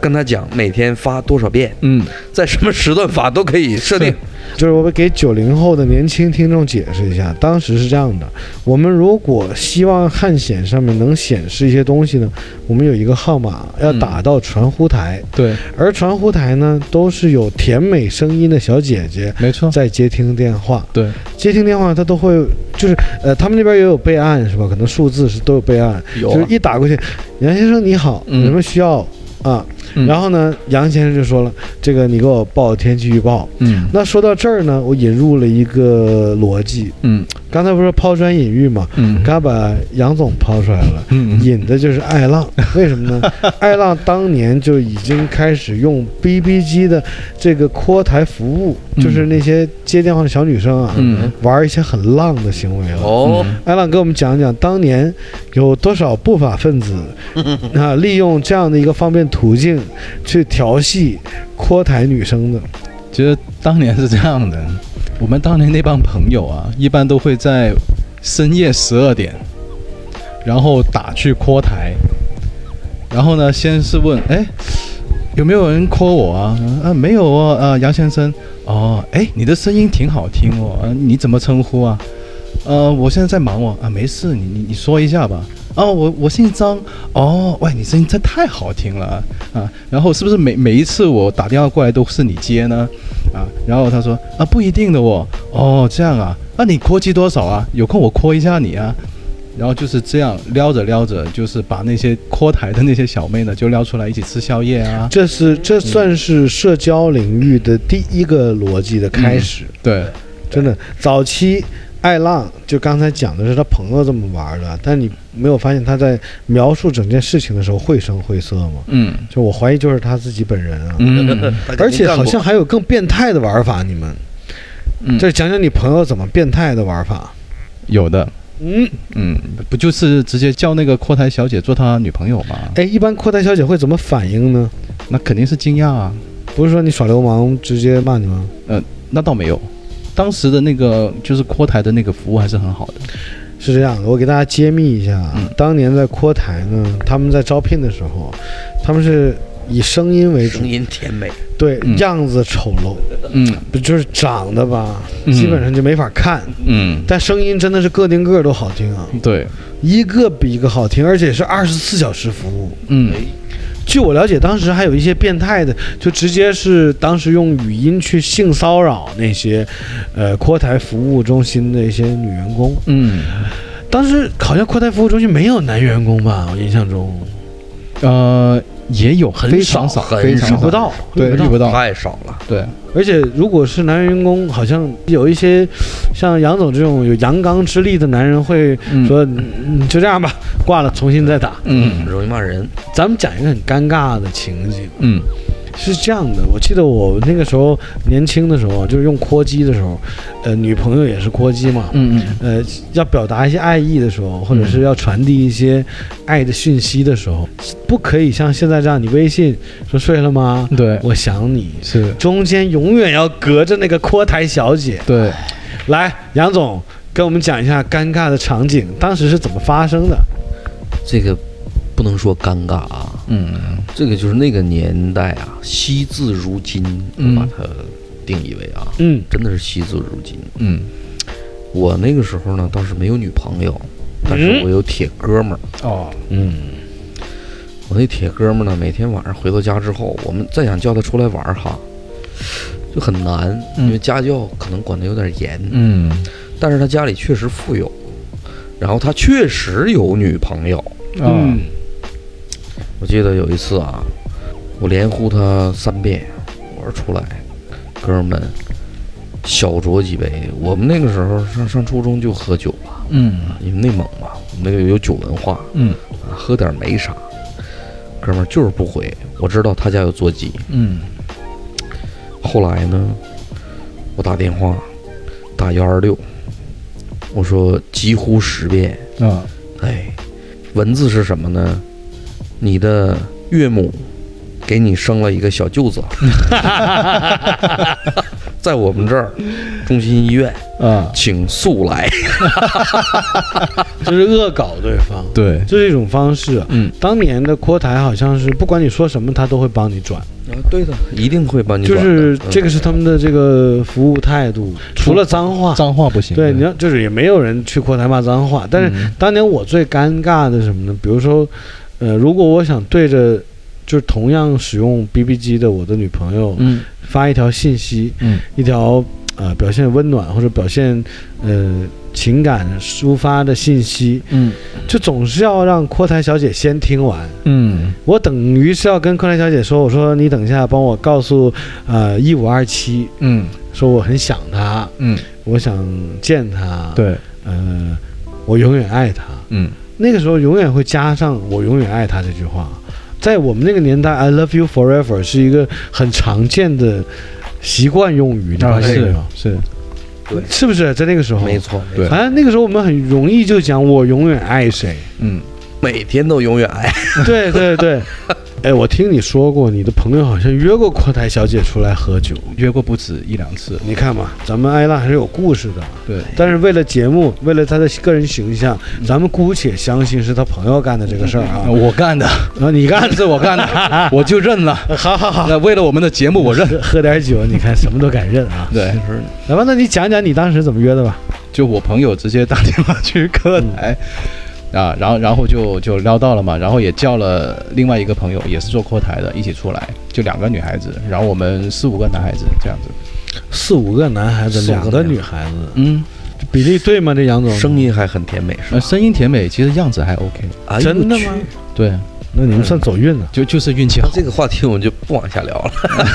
Speaker 1: 跟他讲每天发多少遍，
Speaker 3: 嗯
Speaker 1: 在什么时段发都可以设定。
Speaker 2: 就是我们给九零后的年轻听众解释一下，当时是这样的：我们如果希望汉显上面能显示一些东西呢，我们有一个号码要打到传呼台，
Speaker 3: 对，
Speaker 2: 而传呼台呢都是有甜美声音的小姐姐
Speaker 3: 没错，
Speaker 2: 在接听电话，
Speaker 3: 对，
Speaker 2: 接听电话她都会就是呃，他们那边也有备案是吧？可能数字是都有备案，
Speaker 1: 有
Speaker 2: 就是一打过去，杨先生你好，
Speaker 3: 啊嗯
Speaker 2: 有什么需要啊？
Speaker 3: 嗯
Speaker 2: 然后呢，杨先生就说了，这个你给我报天气预报。
Speaker 3: 嗯
Speaker 2: 那说到这儿呢，我引入了一个逻辑，
Speaker 3: 嗯
Speaker 2: 刚才不是说抛砖引玉嘛，
Speaker 3: 嗯
Speaker 2: 刚把杨总抛出来了。
Speaker 3: 嗯
Speaker 2: 引的就是艾浪，为什么 呢？艾浪当年就已经开始用 BB 机的这个扩台服务，
Speaker 3: 嗯
Speaker 2: 就是那些接电话的小女生啊，
Speaker 3: 嗯
Speaker 2: 玩一些很浪的行为了。啊
Speaker 1: 哦，
Speaker 2: 艾浪给我们讲讲，当年有多少不法分子啊，利用这样的一个方便途径去调戏、扩台女生的？
Speaker 3: 其实当年是这样的，我们当年那帮朋友啊，一般都会在深夜十二点，然后打去 call 台，然后呢，先是问，哎，有没有人 call 我啊？啊，没有哦，啊，杨先生，哦，哎，你的声音挺好听哦，啊，你怎么称呼啊？呃，我现在在忙哦，啊，没事，你你你说一下吧。哦，我我姓张，哦，喂，你声音真太好听了啊啊！然后是不是每每一次我打电话过来都是你接呢？啊，然后他说啊，不一定的哦，哦，这样啊，那、你扩机多少啊？有空我扩一下你啊。然后就是这样撩着撩着，就是把那些扩台的那些小妹呢，就撩出来一起吃宵夜啊。
Speaker 2: 这是这算是社交领域的第一个逻辑的开始，
Speaker 3: 对，
Speaker 2: 真的。早期爱浪就刚才讲的是他朋友这么玩的，但你没有发现他在描述整件事情的时候绘声绘色吗？
Speaker 3: 嗯
Speaker 2: 就我怀疑就是他自己本人啊，
Speaker 3: 嗯
Speaker 2: 而且好像还有更变态的玩法，你们。
Speaker 3: 嗯，
Speaker 2: 就是讲讲你朋友怎么变态的玩法。
Speaker 3: 有的，
Speaker 2: 嗯，
Speaker 3: 嗯，不就是直接叫那个扩台小姐做他女朋友吗？
Speaker 2: 哎，一般阔太小姐会怎么反应呢？
Speaker 3: 那肯定是惊讶啊。呃
Speaker 2: 不是说你耍流氓直接骂你吗？
Speaker 3: 那倒没有，当时的那个就是扩台的那个服务还是很好的。
Speaker 2: 是这样的，我给大家揭秘一下啊，
Speaker 3: 嗯
Speaker 2: 当年在阔台呢，他们在招聘的时候，他们是以声音为主
Speaker 1: 声，音甜美，
Speaker 2: 对，
Speaker 3: 嗯
Speaker 2: 样子丑陋，
Speaker 3: 嗯
Speaker 2: 不就是长得吧，
Speaker 3: 嗯
Speaker 2: 基本上就没法看，
Speaker 3: 嗯，
Speaker 2: 但声音真的是个顶个都好听啊，
Speaker 3: 对，
Speaker 2: 一个比一个好听，而且是二十四小时服务。
Speaker 3: 嗯
Speaker 2: 据我了解，当时还有一些变态的，就直接是当时用语音去性骚扰那些，呃，阔台服务中心的一些女员工。
Speaker 3: 嗯，
Speaker 2: 当时好像阔台服务中心没有男员工吧？我印象中
Speaker 3: 呃，也有
Speaker 1: 很
Speaker 3: 非常
Speaker 1: 少
Speaker 3: 少，
Speaker 1: 很
Speaker 3: 非
Speaker 1: 少
Speaker 3: 常
Speaker 2: 找
Speaker 3: 少
Speaker 2: 不，到，
Speaker 3: 对，
Speaker 2: 遇
Speaker 3: 遇
Speaker 2: 不
Speaker 3: 不
Speaker 2: 到。
Speaker 3: 到，
Speaker 1: 太少了。
Speaker 3: 对，
Speaker 2: 而且如果是男员工，好像有一些像杨总这种有阳刚之力的男人会
Speaker 3: 嗯
Speaker 2: 说，嗯就这样吧，挂了，重新再打。
Speaker 3: 嗯
Speaker 1: 容易骂人。
Speaker 2: 咱们讲一个很尴尬的情景，
Speaker 3: 嗯
Speaker 2: 是这样的，我记得我那个时候年轻的时候，啊就是用扩机的时候，呃，女朋友也是扩机嘛，
Speaker 3: 嗯嗯
Speaker 2: 呃，要表达一些爱意的时候，或者是要传递一些爱的讯息的时候，不可以像现在这样，你微信说睡了吗？
Speaker 3: 嗯，对，
Speaker 2: 我想你，
Speaker 3: 是，
Speaker 2: 中间永远要隔着那个阔台小姐。
Speaker 3: 对，
Speaker 2: 来，杨总跟我们讲一下尴尬的场景，当时是怎么发生的？
Speaker 1: 这个不能说尴尬啊，
Speaker 3: 嗯
Speaker 1: 这个就是那个年代啊，惜字如金，
Speaker 3: 嗯
Speaker 1: 我把它定义为啊，
Speaker 2: 嗯
Speaker 1: 真的是惜字如金。
Speaker 3: 嗯
Speaker 1: 我那个时候呢，倒是没有女朋友，但是
Speaker 2: 嗯
Speaker 1: 我有铁哥们儿。
Speaker 3: 哦
Speaker 2: 嗯
Speaker 1: 我那铁哥们儿呢，每天晚上回到家之后，我们再想叫他出来玩儿哈，就很难，
Speaker 3: 嗯
Speaker 1: 因为家教可能管得有点严。
Speaker 3: 嗯
Speaker 1: 但是他家里确实富有，然后他确实有女朋友。
Speaker 3: 嗯
Speaker 1: 我记得有一次啊，我连呼他三遍，我说出来，哥们们，小酌几杯。我们那个时候上上初中就喝酒了，
Speaker 3: 嗯
Speaker 1: 因为内蒙嘛，我们那个有酒文化，
Speaker 3: 嗯
Speaker 1: 啊喝点没啥。哥们儿就是不回，我知道他家有座机。
Speaker 3: 嗯
Speaker 1: 后来呢，我打电话打幺二六，我说几乎十遍，
Speaker 3: 啊
Speaker 1: 哎，文字是什么呢？你的岳母给你生了一个小 舅子，在我们这儿中心医院，
Speaker 3: 啊，
Speaker 1: 请速来。
Speaker 2: 这是恶搞对方，
Speaker 3: 对，
Speaker 2: 这是一种方式。啊
Speaker 3: 嗯
Speaker 2: 当年的阔台好像是不管你说什么，他都会帮你转，
Speaker 1: 啊，对的，一定会帮你
Speaker 2: 就
Speaker 1: 转的。
Speaker 2: 是
Speaker 1: 嗯
Speaker 2: 这个是他们的这个服务态度。除了脏话，
Speaker 3: 脏话不行，
Speaker 2: 对，你要就是也没有人去阔台骂脏话。但是
Speaker 3: 嗯
Speaker 2: 当年我最尴尬的是什么呢？比如说，呃，如果我想对着就是同样使用 BB 机的我的女朋友
Speaker 3: 嗯
Speaker 2: 发一条信息，
Speaker 3: 嗯
Speaker 2: 一条呃表现温暖或者表现呃情感抒发的信息，
Speaker 3: 嗯
Speaker 2: 就总是要让阔台小姐先听完。
Speaker 3: 嗯
Speaker 2: 我等于是要跟阔台小姐说，我说你等一下帮我告诉呃一五二七，
Speaker 3: 嗯
Speaker 2: 说我很想她，
Speaker 3: 嗯，
Speaker 2: 我想见她，，
Speaker 3: 对，
Speaker 2: 呃，我永远爱她。
Speaker 3: 嗯
Speaker 2: 那个时候永远会加上“我永远爱她”这句话。在我们那个年代，“I love you forever” 是一个很常见的习惯用语，你发现没
Speaker 3: 嗯是
Speaker 2: 有？
Speaker 3: 啊是，
Speaker 2: 是不是在那个时候？
Speaker 1: 嗯没错，
Speaker 3: 对
Speaker 1: 没错
Speaker 2: 啊，那个时候我们很容易就讲“我永远爱谁
Speaker 3: 嗯
Speaker 1: 每天都永远哎爱。”。
Speaker 2: 对对对，哎，我听你说过，你的朋友好像约过阔台小姐出来喝酒。
Speaker 3: 约过不止一两次，啊
Speaker 2: 你看嘛，咱们艾拉还是有故事的。
Speaker 3: 对，
Speaker 2: 但是为了节目，为了她的个人形象，咱们姑且相信是她朋友干的这个事儿啊。
Speaker 3: 我干的，
Speaker 2: 然后你干，
Speaker 3: 是我干的， 我就认了。
Speaker 2: 好好好，
Speaker 3: 那为了我们的节目，我认。。
Speaker 2: 喝喝点酒，你看什么都敢认啊
Speaker 3: 对，
Speaker 1: 是
Speaker 2: 来吧，那你讲讲你当时怎么约的吧？
Speaker 3: 就我朋友直接打电话去客台，啊，然后然后就就撩到了嘛，然后也叫了另外一个朋友，也是做阔台的，一起出来，就两个女孩子，然后我们四五个男孩子这样子。
Speaker 2: 四五个男孩子，
Speaker 1: 四五个
Speaker 2: 两个女孩子，
Speaker 3: 嗯，
Speaker 2: 这比例对吗？这杨总
Speaker 1: 声，音还很甜美，是
Speaker 3: 呃，
Speaker 1: 吧？
Speaker 3: 声音甜美，其实样子还 OK。
Speaker 1: 哎呦
Speaker 2: 真的
Speaker 1: 去
Speaker 2: 吗
Speaker 3: 对，。
Speaker 2: 那你们算走运了
Speaker 3: 就就是运气好
Speaker 1: 那这个话题我们就不往下聊了。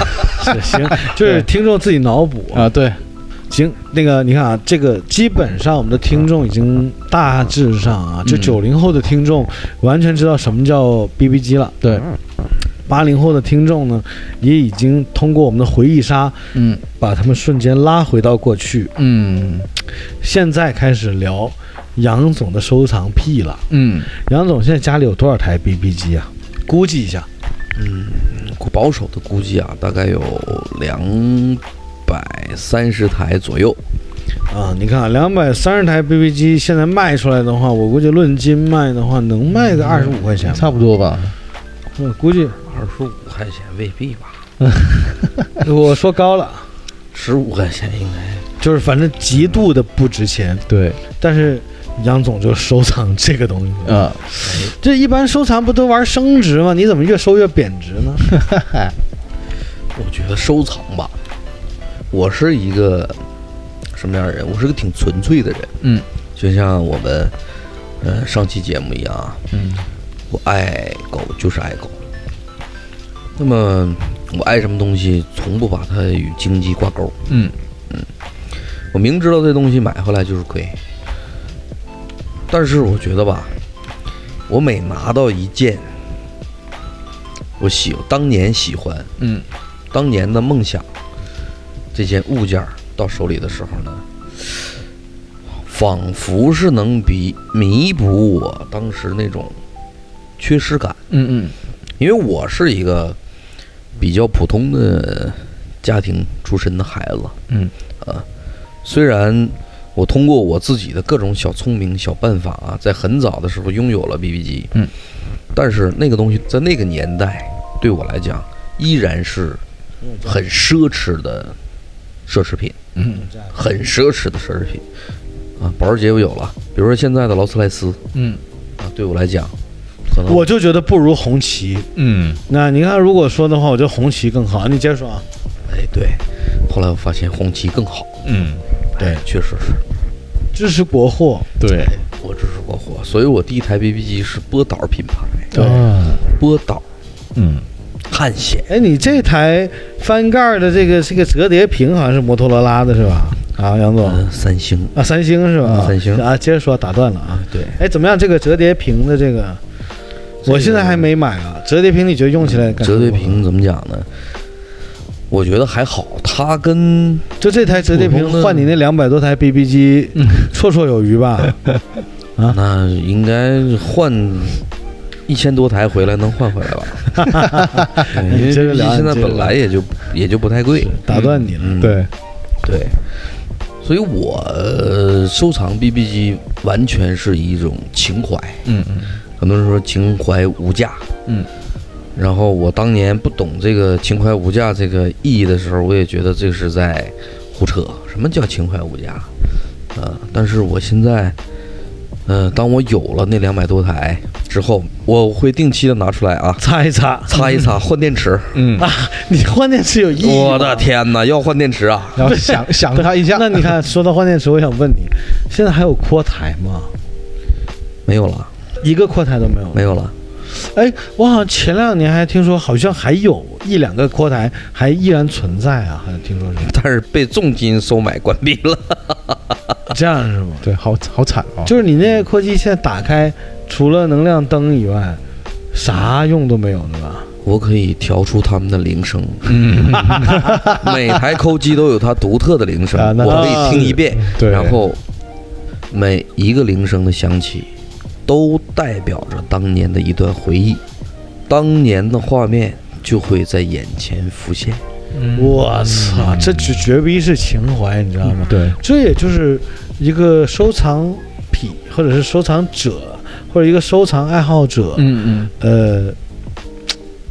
Speaker 2: 是行，就是听众自己脑补。
Speaker 3: 啊。对，
Speaker 2: 行，那个你看啊，这个基本上我们的听众已经大致上啊，就
Speaker 3: 嗯
Speaker 2: 九零后的听众完全知道什么叫 BB 机了。
Speaker 3: 对，
Speaker 2: 八零后的听众呢，也已经通过我们的回忆杀，
Speaker 3: 嗯
Speaker 2: 把他们瞬间拉回到过去。
Speaker 3: 嗯
Speaker 2: 现在开始聊杨总的收藏癖了。
Speaker 3: 嗯，
Speaker 2: 杨总现在家里有多少台 BB 机啊？估计一下，
Speaker 1: 保守的估计啊，大概有两百三十台左右。
Speaker 2: 啊，你看两百三十台 BB 机现在卖出来的话，我估计论斤卖的话，能卖个二十五块钱吧。
Speaker 3: 嗯差不多吧。
Speaker 2: 我估计
Speaker 1: 二十五块钱未必吧，
Speaker 2: 我说高了，
Speaker 1: 十五块钱应该。
Speaker 2: 就是反正极度的不值钱，
Speaker 3: 对，
Speaker 2: 但是。杨总就收藏这个东西，
Speaker 1: 嗯
Speaker 3: 啊，
Speaker 2: 这一般收藏不都玩升值吗？你怎么越收越贬值呢？
Speaker 1: 我觉得收藏吧，我是一个什么样的人？我是个挺纯粹的人，
Speaker 3: 嗯
Speaker 1: 就像我们呃上期节目一样啊，
Speaker 3: 嗯
Speaker 1: 我爱狗就是爱狗。那么我爱什么东西，从不把它与经济挂钩。
Speaker 3: 嗯
Speaker 1: 我明知道这东西买回来就是亏，但是我觉得吧，我每拿到一件我喜当年喜欢、
Speaker 3: 嗯，
Speaker 1: 当年的梦想这件物件儿到手里的时候呢，仿佛是能比弥补我当时那种缺失感。
Speaker 3: 嗯
Speaker 1: 因为我是一个比较普通的家庭出身的孩子，啊
Speaker 3: 嗯
Speaker 1: 虽然我通过我自己的各种小聪明、小办法啊，在很早的时候拥有了 BB 机，
Speaker 3: 嗯，
Speaker 1: 但是那个东西在那个年代对我来讲依然是很奢侈的奢侈品，
Speaker 3: 嗯
Speaker 1: 很奢侈的奢侈品啊。保时捷我有了，比如说现在的劳斯莱斯
Speaker 3: 嗯
Speaker 1: 啊，对我来讲，可能
Speaker 2: 我就觉得不如红旗。
Speaker 3: 嗯
Speaker 2: 那你看，如果说的话，我觉得红旗更好。你接着说啊。
Speaker 1: 哎对，后来我发现红旗更好，
Speaker 3: 嗯，对
Speaker 1: 哎确实是。
Speaker 2: 支持国货，
Speaker 3: 对
Speaker 1: 我支持国货，所以我第一台 BB 机是波导品牌，
Speaker 2: 对
Speaker 3: 啊
Speaker 1: 波导
Speaker 3: 嗯
Speaker 1: 汉显，
Speaker 2: 哎，你这台翻盖儿的这个这个折叠屏好像是摩托罗拉的是吧？啊，杨总
Speaker 1: 嗯，三星，
Speaker 2: 啊，三星是吧？
Speaker 1: 嗯三星
Speaker 2: 啊，接着说，打断了啊。
Speaker 1: 对，
Speaker 2: 哎，怎么样？这个折叠屏的这个，我现在还没买啊。折叠屏你觉得用起来感
Speaker 1: 嗯
Speaker 2: 觉
Speaker 1: 折叠
Speaker 2: 如何
Speaker 1: 屏怎么讲呢？我觉得还好，它跟
Speaker 2: 就这台折叠
Speaker 1: 普
Speaker 2: 屏
Speaker 1: 通的嗯
Speaker 2: 换你那两百多台 BB 机，绰绰有余吧？ 啊
Speaker 1: 那应该换一千多台回来能换回来吧？对因为
Speaker 2: 接着
Speaker 1: BB 机
Speaker 2: 聊
Speaker 1: 现在
Speaker 2: 接着
Speaker 1: 本来也就也就不太贵，
Speaker 2: 打断你了，
Speaker 1: 嗯，
Speaker 3: 对，
Speaker 1: 对，所以我呃收藏 BB 机完全是一种情怀，
Speaker 3: 嗯嗯
Speaker 1: 很多人说情怀无价，
Speaker 3: 嗯，
Speaker 1: 然后我当年不懂这个情怀无价这个意义的时候，我也觉得这是在胡扯。什么叫情怀无价？呃，但是我现在，呃，当我有了那两百多台之后，我会定期的拿出来啊，
Speaker 2: 擦一擦。啊
Speaker 1: 擦一擦，换电池。
Speaker 3: 嗯，
Speaker 2: 你换电池有意义吗？
Speaker 1: 我的天哪，要换电池啊！
Speaker 3: 然后想 想他一下，
Speaker 2: 那你 看，说到换电池，我想问你，现在还有扩台吗？
Speaker 1: 没有了，
Speaker 2: 一个扩台都没有。
Speaker 1: 没有了。
Speaker 2: 哎，我好像前两年还听说，好像还有一两个扩台还依然存在啊，好像听说是
Speaker 1: 但是被重金收买关闭了。
Speaker 2: 这样是吗？
Speaker 3: 对，好好惨哦，
Speaker 2: 就是你那个扩机现在打开，除了能量灯以外，啥用都没有了吧？
Speaker 1: 我可以调出他们的铃声，
Speaker 3: 嗯
Speaker 1: 每台扣机都有它独特的铃声
Speaker 2: 啊，那
Speaker 1: 我可以听一遍，
Speaker 3: 对，
Speaker 1: 然后每一个铃声的响起，都代表着当年的一段回忆，当年的画面就会在眼前浮现。
Speaker 3: 嗯
Speaker 2: 我操，这绝绝逼是情怀，你知道吗？
Speaker 3: 嗯对，
Speaker 2: 这也就是一个收藏癖，或者是收藏者，或者一个收藏爱好者，
Speaker 3: 嗯嗯
Speaker 2: 呃，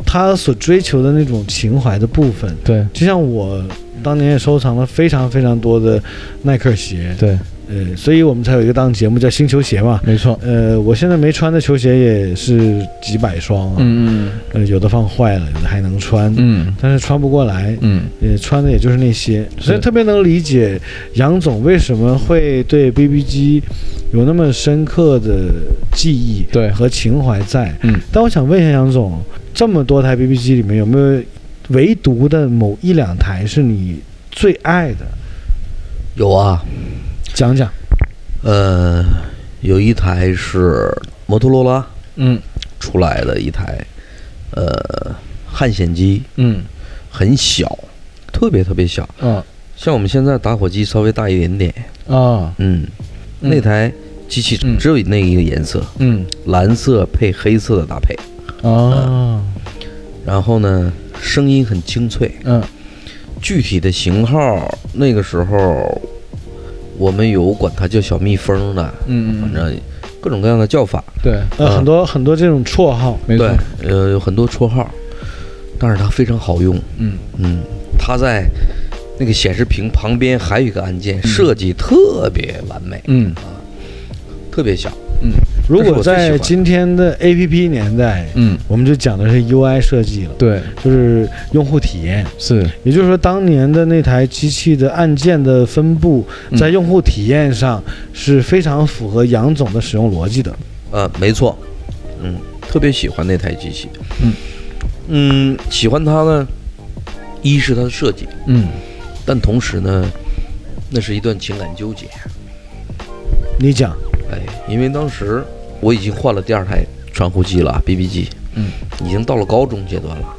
Speaker 2: 他所追求的那种情怀的部分。
Speaker 3: 对
Speaker 2: 就像我当年也收藏了非常非常多的耐克鞋，
Speaker 3: 对，
Speaker 2: 呃，所以我们才有一个档节目叫《星球鞋》嘛。
Speaker 3: 没错，
Speaker 2: 呃，我现在没穿的球鞋也是几百双啊，
Speaker 3: 嗯
Speaker 2: 呃，有的放坏了，有的还能穿，
Speaker 3: 嗯
Speaker 2: 但是穿不过来，
Speaker 3: 嗯
Speaker 2: 也穿的也就是那些，所以
Speaker 3: 是
Speaker 2: 特别能理解杨总为什么会对 BB 机有那么深刻的记忆
Speaker 3: 对
Speaker 2: 和情怀在。
Speaker 3: 嗯
Speaker 2: 但我想问一下杨总，这么多台 BB 机里面有没有唯独的某一两台是你最爱的？
Speaker 1: 有啊，
Speaker 2: 讲讲。
Speaker 1: 呃，有一台是摩托罗拉
Speaker 3: 嗯
Speaker 1: 出来的一台，呃，汉显机，
Speaker 3: 嗯
Speaker 1: 很小，特别特别小，
Speaker 3: 啊
Speaker 1: 像我们现在打火机稍微大一点点，
Speaker 3: 啊，
Speaker 1: 嗯，
Speaker 3: 嗯
Speaker 1: 那台机器
Speaker 3: 嗯
Speaker 1: 只有那一个颜色，
Speaker 3: 嗯
Speaker 1: 蓝色配黑色的搭配。
Speaker 2: 呃
Speaker 3: 啊
Speaker 1: 然后呢，声音很清脆。
Speaker 2: 呃
Speaker 3: 嗯
Speaker 1: 具体的型号，那个时候我们有管它叫小蜜蜂的，
Speaker 3: 嗯
Speaker 1: 反正各种各样的叫法。
Speaker 3: 对，
Speaker 2: 呃，
Speaker 1: 嗯
Speaker 2: 很多很多这种绰号，
Speaker 3: 没错
Speaker 1: 对，，呃，有很多绰号，但是它非常好用。
Speaker 3: 嗯
Speaker 1: 嗯，它在那个显示屏旁边还有一个按键，设计特别完美，
Speaker 3: 嗯
Speaker 1: 特别小。
Speaker 3: 嗯
Speaker 2: 如
Speaker 1: 这是
Speaker 2: 果
Speaker 1: 我最喜欢
Speaker 2: 在
Speaker 1: 的
Speaker 2: 今天的 APP 年代，
Speaker 3: 嗯，
Speaker 2: 我们就讲的是 UI 设计了，
Speaker 3: 对，
Speaker 2: 就是用户体验。
Speaker 3: 是
Speaker 2: 也就是说，当年的那台机器的按键的分布，
Speaker 3: 嗯
Speaker 2: 在用户体验上是非常符合杨总的使用逻辑的。
Speaker 1: 呃，没错，嗯，特别喜欢那台机器。
Speaker 3: 嗯
Speaker 1: 嗯，喜欢它呢，一是它的设计。
Speaker 3: 嗯
Speaker 1: 但同时呢，那是一段情感纠结。
Speaker 2: 你讲，
Speaker 1: 哎，因为当时我已经换了第二台传呼机了，BB 机，
Speaker 3: 嗯，
Speaker 1: 已经到了高中阶段了。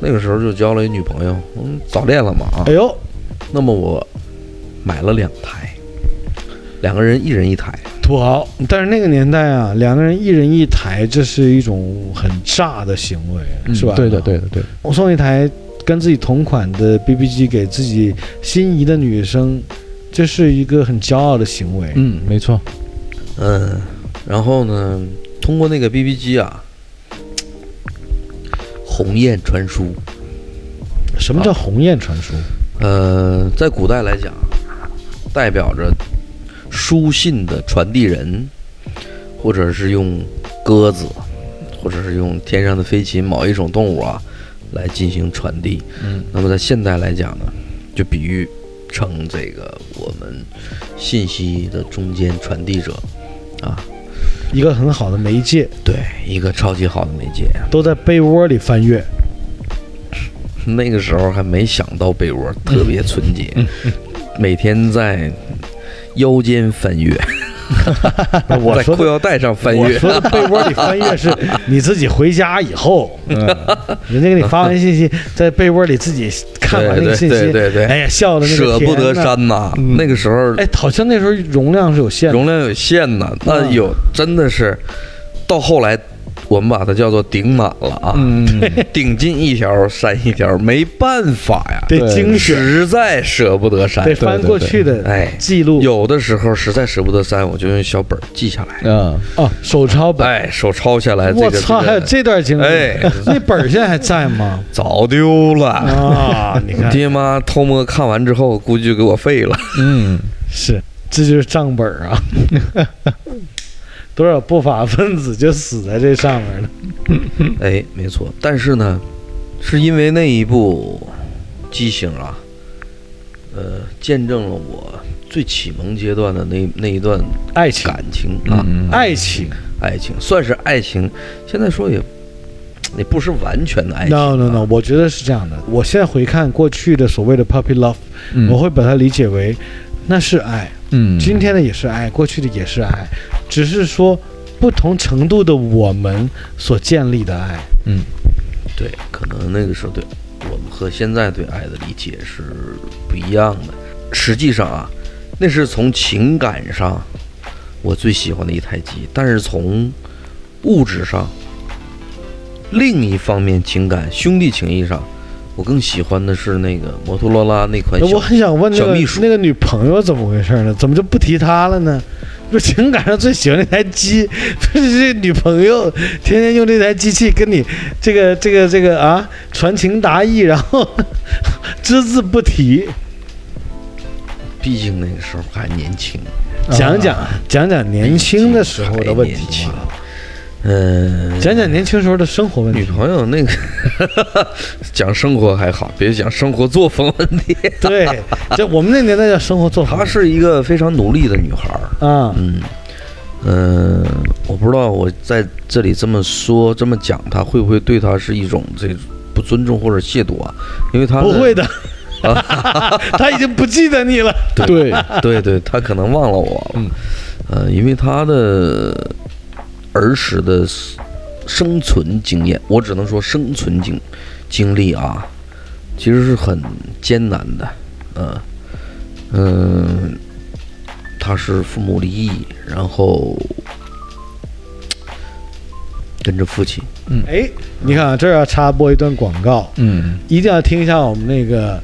Speaker 1: 那个时候就交了一女朋友，嗯，早恋了嘛啊
Speaker 2: 哎。呦，
Speaker 1: 那么我买了两台，两个人一人一台，
Speaker 2: 土豪。但是那个年代啊，两个人一人一台，这是一种很炸的行为，
Speaker 3: 嗯
Speaker 2: 是吧？
Speaker 3: 对的，对的，对的。
Speaker 2: 我送一台跟自己同款的 BB 机给自己心仪的女生，这是一个很骄傲的行为。
Speaker 3: 嗯，没错。
Speaker 1: 嗯，然后呢，通过那个 BB 机啊，鸿雁传书，
Speaker 2: 什么叫鸿雁传书？
Speaker 1: 呃，在古代来讲，代表着书信的传递人，或者是用鸽子，或者是用天上的飞禽某一种动物啊来进行传递。
Speaker 3: 嗯
Speaker 1: 那么在现代来讲呢，就比喻成这个我们信息的中间传递者啊，
Speaker 2: 一个很好的媒介，
Speaker 1: 对，一个超级好的媒介。
Speaker 2: 都在被窝里 翻阅。
Speaker 1: 那个时候还没想到被窝，特别纯洁，
Speaker 2: 嗯
Speaker 1: 每天在腰间翻阅，
Speaker 2: 我
Speaker 1: 在
Speaker 2: 说
Speaker 1: 裤
Speaker 2: 的。
Speaker 1: 腰带上翻
Speaker 2: 我
Speaker 1: 阅。
Speaker 2: 说的被窝里翻 阅是你自己回家以后，
Speaker 3: 嗯，
Speaker 2: 人家给你发完信息，在被窝里自己看完那个信息，
Speaker 1: 对对对对对
Speaker 2: 哎呀，笑的那个
Speaker 1: 舍不得
Speaker 2: 甜呐
Speaker 1: 删呐、
Speaker 3: 嗯
Speaker 1: 那个时候
Speaker 2: 哎，好像那时候容量是有限的，
Speaker 1: 容量有限呐，那
Speaker 2: 嗯
Speaker 1: 有真的是到后来，我们把它叫做顶满了啊，
Speaker 3: 嗯，
Speaker 1: 顶进一条删一条，没办法呀，
Speaker 2: 得
Speaker 3: 对
Speaker 2: 精选，
Speaker 1: 实在舍不得删
Speaker 2: 得。翻
Speaker 3: 对对
Speaker 2: 过去的
Speaker 1: 哎，
Speaker 2: 记录。
Speaker 1: 有的时候实在舍不得删，我就用小本儿记下来，
Speaker 3: 嗯，
Speaker 2: 哦，手抄本。
Speaker 1: 哎，手抄下来。这
Speaker 2: 我
Speaker 1: 个
Speaker 2: 操，
Speaker 1: 个
Speaker 2: 还有这段经历，
Speaker 1: 哎
Speaker 2: 那本儿现在还在吗？
Speaker 1: 早丢了。
Speaker 2: 啊，你看，
Speaker 1: 爹妈偷摸看完之后，估计就给我废了。
Speaker 3: 嗯，
Speaker 2: 是，这就是账本儿啊。多少不法分子就死在这上面了。嗯
Speaker 1: 哎，没错，但是呢，是因为那一部《畸形》啊，呃，见证了我最启蒙阶段的那那一段
Speaker 2: 爱情，
Speaker 1: 感情啊，
Speaker 3: 嗯，
Speaker 2: 爱情
Speaker 1: 爱情算是爱情，现在说也也不是完全的爱情、啊。
Speaker 2: ，no no no，我觉得是这样的。我现在回看过去的所谓的 puppy love，
Speaker 3: 嗯
Speaker 2: 我会把它理解为那是爱，
Speaker 3: 嗯，
Speaker 2: 今天的也是爱，过去的也是爱，只是说不同程度的我们所建立的爱。
Speaker 3: 嗯，
Speaker 1: 对，可能那个时候对我们和现在对爱的理解是不一样的。实际上啊，那是从情感上我最喜欢的一台机，但是从物质上，另一方面情感兄弟情谊上，我更喜欢的是那个摩托罗拉那款
Speaker 2: 那我
Speaker 1: 小。
Speaker 2: 很想问那
Speaker 1: 小
Speaker 2: 个
Speaker 1: 秘书
Speaker 2: 那个女朋友怎么回事呢？怎么就不提她了呢？就情感上最喜欢那台机，不是这女朋友天天用这台机器跟你这个这个这个啊传情达意，然后 只字不提。
Speaker 1: 毕竟那个时候还年轻，
Speaker 2: 讲讲、讲讲年轻的时候的问
Speaker 1: 还年
Speaker 2: 题
Speaker 1: 轻
Speaker 2: 吧，
Speaker 1: 嗯，
Speaker 2: 讲讲年轻时候的生活问
Speaker 1: 女
Speaker 2: 题。
Speaker 1: 朋友那个 讲生活还好，别讲生活作风问题。
Speaker 2: 对，这我们那年代叫生活作 风
Speaker 1: 她是一个非常努力的女孩儿，
Speaker 2: 啊，
Speaker 1: 嗯，呃，我不知道我在这里这么说、这么讲，她会不会对她是一种这不尊重或者亵渎啊？因为她
Speaker 2: 不
Speaker 1: 的
Speaker 2: 会，的，
Speaker 1: 啊
Speaker 2: 他已经不记得你了。
Speaker 3: 对，
Speaker 1: 对对，她可能忘了我了，
Speaker 3: 嗯
Speaker 1: 呃，因为她的儿时的生存经验，我只能说生存经经历啊，其实是很艰难的，呃，嗯、他是父母离异，然后跟着父亲，
Speaker 2: 哎，你看啊，这儿要插播一段广告，
Speaker 3: 嗯
Speaker 2: 一定要听一下我们那个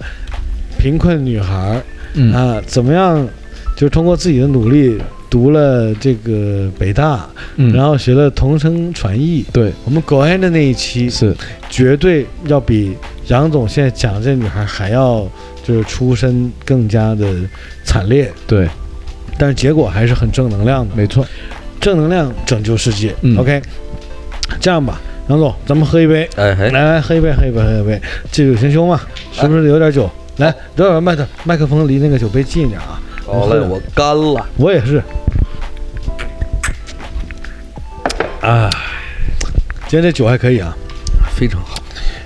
Speaker 2: 贫困女孩儿
Speaker 3: 嗯
Speaker 2: 啊，怎么样，就是通过自己的努力读了这个北大，
Speaker 3: 嗯，
Speaker 2: 然后学了同声传译。
Speaker 3: 对，
Speaker 2: 我们狗爱的那一期
Speaker 3: 是，
Speaker 2: 绝对要比杨总现在讲这女孩还要就是出身更加的惨烈，
Speaker 3: 对，
Speaker 2: 但是结果还是很正能量的。
Speaker 3: 没错，
Speaker 2: 正能量拯救世界。
Speaker 3: 嗯
Speaker 2: OK，这样吧，杨总，咱们喝一杯，
Speaker 1: 哎哎，
Speaker 2: 来来喝一杯，喝一杯，喝一杯，借酒行凶嘛，是不是有点酒？来，等会儿麦克麦克风离那个酒杯近一点啊。
Speaker 1: 好嘞，我干了，
Speaker 2: 我也是。啊，今天这酒还可以啊。
Speaker 1: 非常好，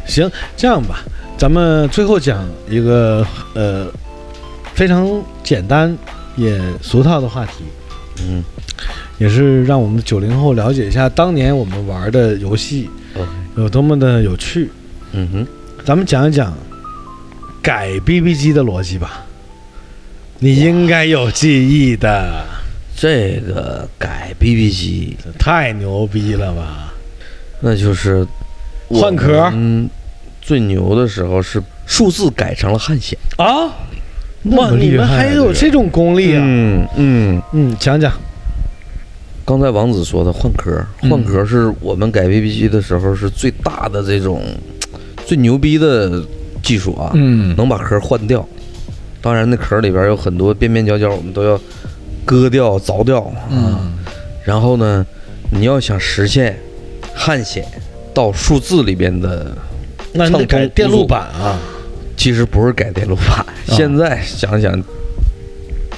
Speaker 2: 行，这样吧，咱们最后讲一个呃非常简单也俗套的话题，
Speaker 1: 嗯，
Speaker 2: 也是让我们九零后了解一下当年我们玩的游戏
Speaker 1: OK
Speaker 2: 有多么的有趣。
Speaker 1: 嗯哼，
Speaker 2: 咱们讲一讲改 BB 机的逻辑吧，你应该有记忆的，
Speaker 1: 这个改 BB 机，
Speaker 2: 这太牛逼了吧！
Speaker 1: 那就是
Speaker 2: 换壳
Speaker 1: 嗯，最牛的时候是数字改成了汉显。
Speaker 2: 啊，
Speaker 3: 那
Speaker 2: 哇，
Speaker 3: 么
Speaker 2: 你
Speaker 3: 厉
Speaker 2: 们
Speaker 3: 害
Speaker 2: 还
Speaker 3: 啊
Speaker 2: 有
Speaker 3: 这
Speaker 2: 这种功力啊？
Speaker 1: 嗯嗯，
Speaker 2: 嗯，讲讲，
Speaker 1: 刚才王子说的换壳，
Speaker 3: 嗯
Speaker 1: 换壳是我们改 BB 机的时候是最大的这种最牛逼的技术啊，
Speaker 3: 嗯，
Speaker 1: 能把壳换掉。当然，那壳里边有很多边边角角，我们都要割掉、凿掉啊。
Speaker 3: 嗯
Speaker 1: 然后呢，你要想实现汉显到数字里边的，
Speaker 2: 那你得改
Speaker 1: 畅通
Speaker 2: 电
Speaker 1: 无
Speaker 2: 路
Speaker 1: 阻
Speaker 2: 板啊，
Speaker 1: 其实不是改电路板。现在想想，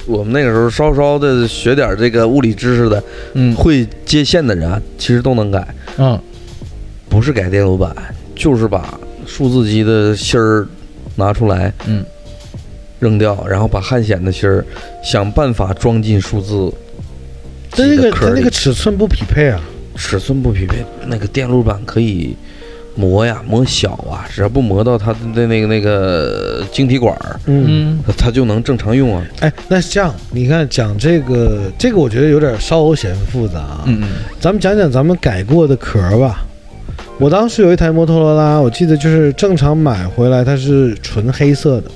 Speaker 1: 我们那个时候稍稍的学点这个物理知识的，
Speaker 3: 嗯
Speaker 1: 会接线的人啊，其实都能改，
Speaker 3: 嗯
Speaker 1: 不是改电路板，就是把数字机的芯儿拿出来
Speaker 3: 嗯
Speaker 1: 扔掉，然后把汉显的芯儿想办法装进数字
Speaker 2: 它
Speaker 1: 机
Speaker 2: 那
Speaker 1: 的
Speaker 2: 个
Speaker 1: 壳
Speaker 2: 它
Speaker 1: 儿
Speaker 2: 那
Speaker 1: 里
Speaker 2: 个尺寸不匹配啊。
Speaker 1: 尺寸不匹配，那个电路板可以磨呀，磨小啊，只要不磨到它的那个那个晶体管儿，
Speaker 2: 嗯，
Speaker 3: 嗯
Speaker 1: 它它就能正常用啊。
Speaker 2: 哎，那是这样，你看讲这个这个，我觉得有点稍显复杂啊。
Speaker 3: 嗯
Speaker 2: 咱们讲讲咱们改过的壳儿吧。我当时有一台摩托罗拉，我记得就是正常买回来，它是纯黑色的，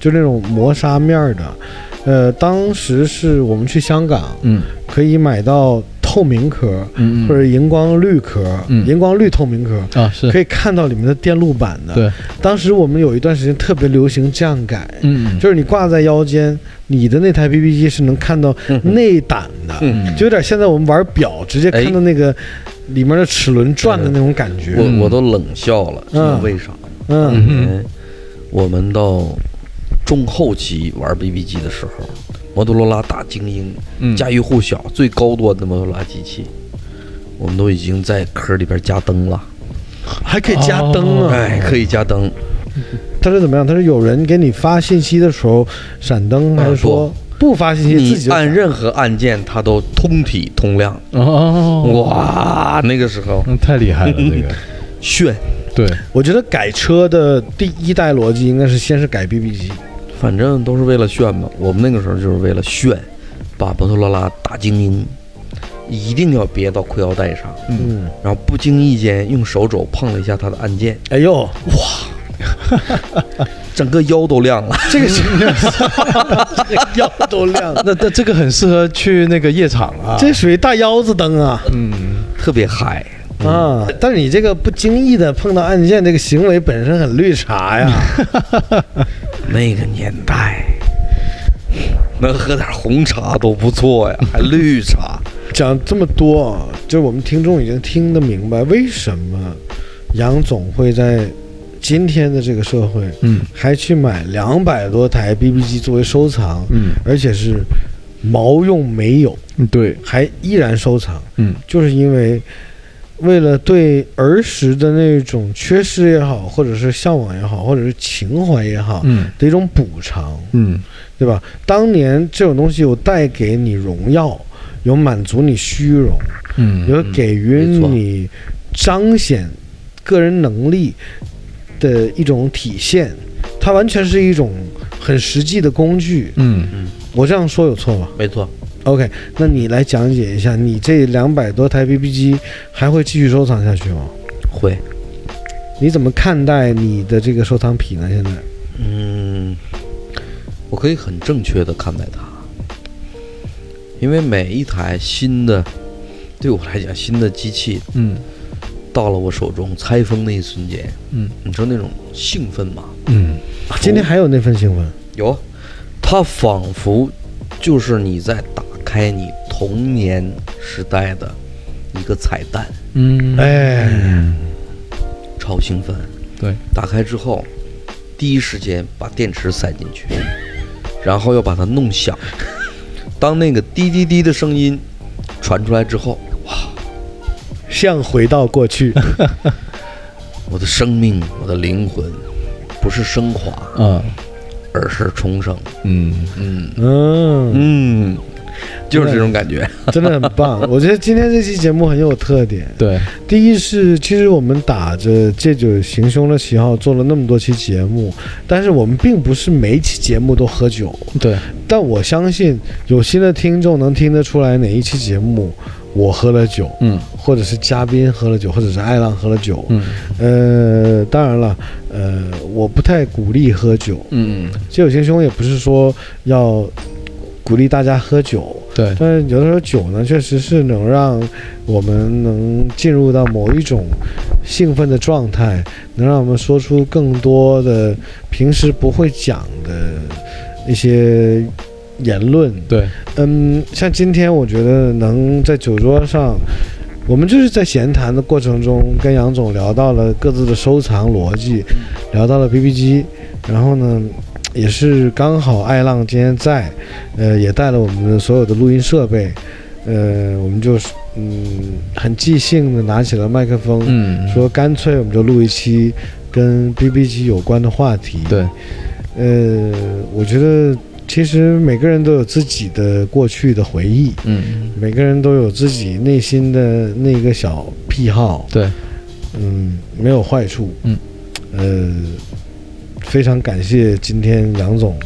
Speaker 2: 就那种磨砂面儿的。呃，当时是我们去香港
Speaker 3: 嗯
Speaker 2: 可以买到透明壳
Speaker 3: 嗯，
Speaker 2: 或者荧光绿壳、
Speaker 3: 嗯
Speaker 2: 荧光绿透明壳，
Speaker 3: 啊是
Speaker 2: 可以看到里面的电路板的。
Speaker 3: 对，
Speaker 2: 当时我们有一段时间特别流行这样改，
Speaker 3: 嗯
Speaker 2: 就是你挂在腰间，你的那台 BB 机是能看到
Speaker 1: 嗯哼
Speaker 2: 内胆的。
Speaker 3: 嗯
Speaker 2: 就有点现在我们玩表，直接看到那个里面的齿轮转的那种感觉。
Speaker 3: 嗯
Speaker 1: 我我都冷笑了，知道为啥？
Speaker 2: 嗯
Speaker 3: 嗯
Speaker 1: 因为我们到中后期玩 BB 机的时候，摩托罗拉大精英、
Speaker 3: 嗯
Speaker 1: 家喻户晓、最高端的摩托罗拉机器，我们都已经在壳里边加灯了，
Speaker 2: 还可以加灯
Speaker 3: 哦
Speaker 2: 啊！
Speaker 1: 哎，可以加灯，
Speaker 2: 它是怎么样？它是有人给你发信息的时候闪灯，还是说不发信息自己
Speaker 1: 你
Speaker 2: 就
Speaker 1: 按任何按键它都通体通亮。
Speaker 3: 哦
Speaker 1: 哇，那个时候
Speaker 3: 那太厉害了这个，
Speaker 1: 炫，
Speaker 3: 对，
Speaker 2: 我觉得改车的第一代逻辑应该是先是改 BB 机，
Speaker 1: 反正都是为了炫嘛。我们那个时候就是为了炫，把摩托罗拉大精英一定要别到裤腰带上，
Speaker 3: 嗯
Speaker 2: 嗯，
Speaker 1: 然后不经意间用手肘碰了一下它的按键，
Speaker 2: 哎呦，
Speaker 1: 整个腰都亮了。
Speaker 2: 这个是 腰都亮了，
Speaker 3: 那那这个很适合去那个夜场 啊，
Speaker 2: 这属于大腰子灯啊
Speaker 3: 嗯
Speaker 1: 特别嗨，
Speaker 2: 啊！但是你这个不经意的碰到按键，这个行为本身很绿茶呀。
Speaker 1: 那个年代。能喝点红茶都不错呀，还绿茶。
Speaker 2: 讲这么多，啊，就是我们听众已经听得明白，为什么杨总会在今天的这个社会
Speaker 3: 嗯
Speaker 2: 还去买两百多台 BB 机作为收藏，
Speaker 3: 嗯
Speaker 2: 而且是毛用没有，
Speaker 3: 嗯对，
Speaker 2: 还依然收藏，
Speaker 3: 嗯
Speaker 2: 就是因为为了对儿时的那种缺失也好，或者是向往也好，或者是情怀也好
Speaker 3: 嗯
Speaker 2: 的一种补偿。
Speaker 3: 嗯
Speaker 2: 对吧？当年这种东西有带给你荣耀，有满足你虚荣，
Speaker 3: 嗯，
Speaker 2: 有给予
Speaker 1: 没错
Speaker 2: 你彰显个人能力的一种体现。它完全是一种很实际的工具。
Speaker 3: 嗯。
Speaker 2: 我这样说有错吗
Speaker 1: 没错，
Speaker 2: ？OK，那你来讲解一下，你这两百多台 BB 机还会继续收藏下去吗？
Speaker 1: 会。
Speaker 2: 你怎么看待你的这个收藏癖呢？现在，
Speaker 3: 哦
Speaker 1: 嗯，我可以很正确的看待它，因为每一台新的，对我来讲，新的机器
Speaker 3: 嗯
Speaker 1: 到了我手中拆封那一瞬间，
Speaker 3: 嗯
Speaker 1: 你知道那种兴奋吗？
Speaker 3: 嗯
Speaker 2: 啊今天还有那份兴奋，
Speaker 1: 有，它仿佛就是你在打开你童年时代的一个彩蛋，
Speaker 3: 嗯，
Speaker 2: 哎，
Speaker 3: 嗯，
Speaker 1: 超兴奋。
Speaker 3: 对，
Speaker 1: 打开之后，第一时间把电池塞进去，然后要把它弄响。当那个滴滴滴的声音传出来之后，
Speaker 2: 像回到过 去。
Speaker 1: 我的生命，我的灵魂，不是升华，
Speaker 3: 啊，
Speaker 1: 而是重生。
Speaker 3: 嗯，
Speaker 1: 嗯，
Speaker 2: 嗯，
Speaker 4: 嗯，就是这种感觉。
Speaker 2: 真的很 棒。我觉得今天这期节目很有特点。
Speaker 3: 对，
Speaker 2: 第一是，其实我们打着借酒行凶的旗号做了那么多期节目，但是我们并不是每一期节目都喝酒。
Speaker 3: 对，
Speaker 2: 但我相信有新的听众能听得出来哪一期节目我喝了酒，
Speaker 3: 嗯
Speaker 2: 或者是嘉宾喝了酒，或者是艾浪喝了酒。
Speaker 3: 嗯
Speaker 2: 呃，当然了，呃，我不太鼓励喝酒。
Speaker 3: 嗯，
Speaker 2: 借酒行凶也不是说要鼓励大家喝酒，
Speaker 3: 对，
Speaker 2: 但是有的时候酒呢，确实是能让我们能进入到某一种兴奋的状态，能让我们说出更多的平时不会讲的一些言论。
Speaker 3: 对，
Speaker 2: 嗯，像今天我觉得能在酒桌上。我们就是在闲谈的过程中，跟杨总聊到了各自的收藏逻辑，聊到了 BB 机，然后呢，也是刚好爱浪今天在，呃，也带了我们的所有的录音设备，呃，我们就是嗯很即兴的拿起了麦克风，
Speaker 3: 嗯，
Speaker 2: 说干脆我们就录一期跟 BB 机有关的话题。
Speaker 3: 对，
Speaker 2: 呃，我觉得其实每个人都有自己的过去的回忆，
Speaker 3: 嗯，
Speaker 2: 每个人都有自己内心的那个小癖好，
Speaker 3: 对，
Speaker 2: 嗯，没有坏处，
Speaker 3: 嗯，
Speaker 2: 呃，非常感谢今天杨总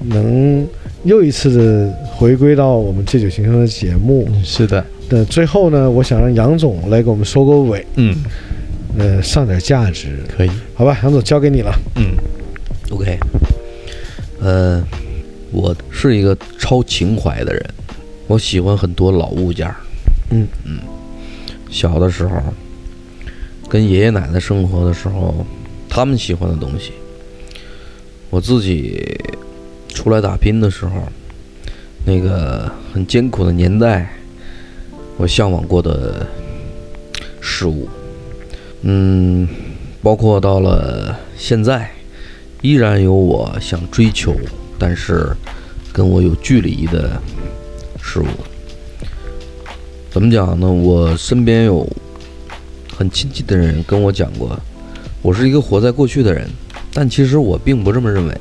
Speaker 2: 能又一次的回归到我们借酒行凶的节目。
Speaker 3: 是的，
Speaker 2: 那最后呢，我想让杨总来给我们收个尾，
Speaker 3: 嗯，
Speaker 2: 呃，上点价值，
Speaker 3: 可以，
Speaker 2: 好吧？杨总交给你了，
Speaker 3: 嗯
Speaker 1: OK，呃，我是一个超情怀的人，我喜欢很多老物件儿。
Speaker 2: 嗯
Speaker 1: 嗯，小的时候跟爷爷奶奶生活的时候，他们喜欢的东西，我自己出来打拼的时候，那个很艰苦的年代，我向往过的事物，嗯，包括到了现在。依然有我想追求，但是跟我有距离的事物。怎么讲呢？我身边有很亲近的人跟我讲过，我是一个活在过去的人，但其实我并不这么认为。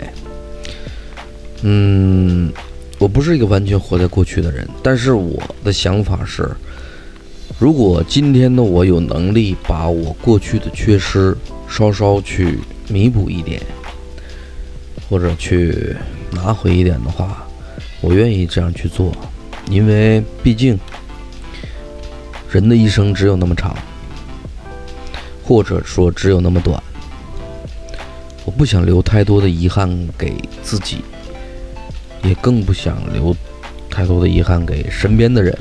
Speaker 1: 嗯，我不是一个完全活在过去的人，但是我的想法是，如果今天的我有能力把我过去的缺失稍稍去弥补一点，或者去拿回一点的话，我愿意这样去做，因为毕竟人的一生只有那么长，或者说只有那么短。我不想留太多的遗憾给自己，也更不想留太多的遗憾给身边的人。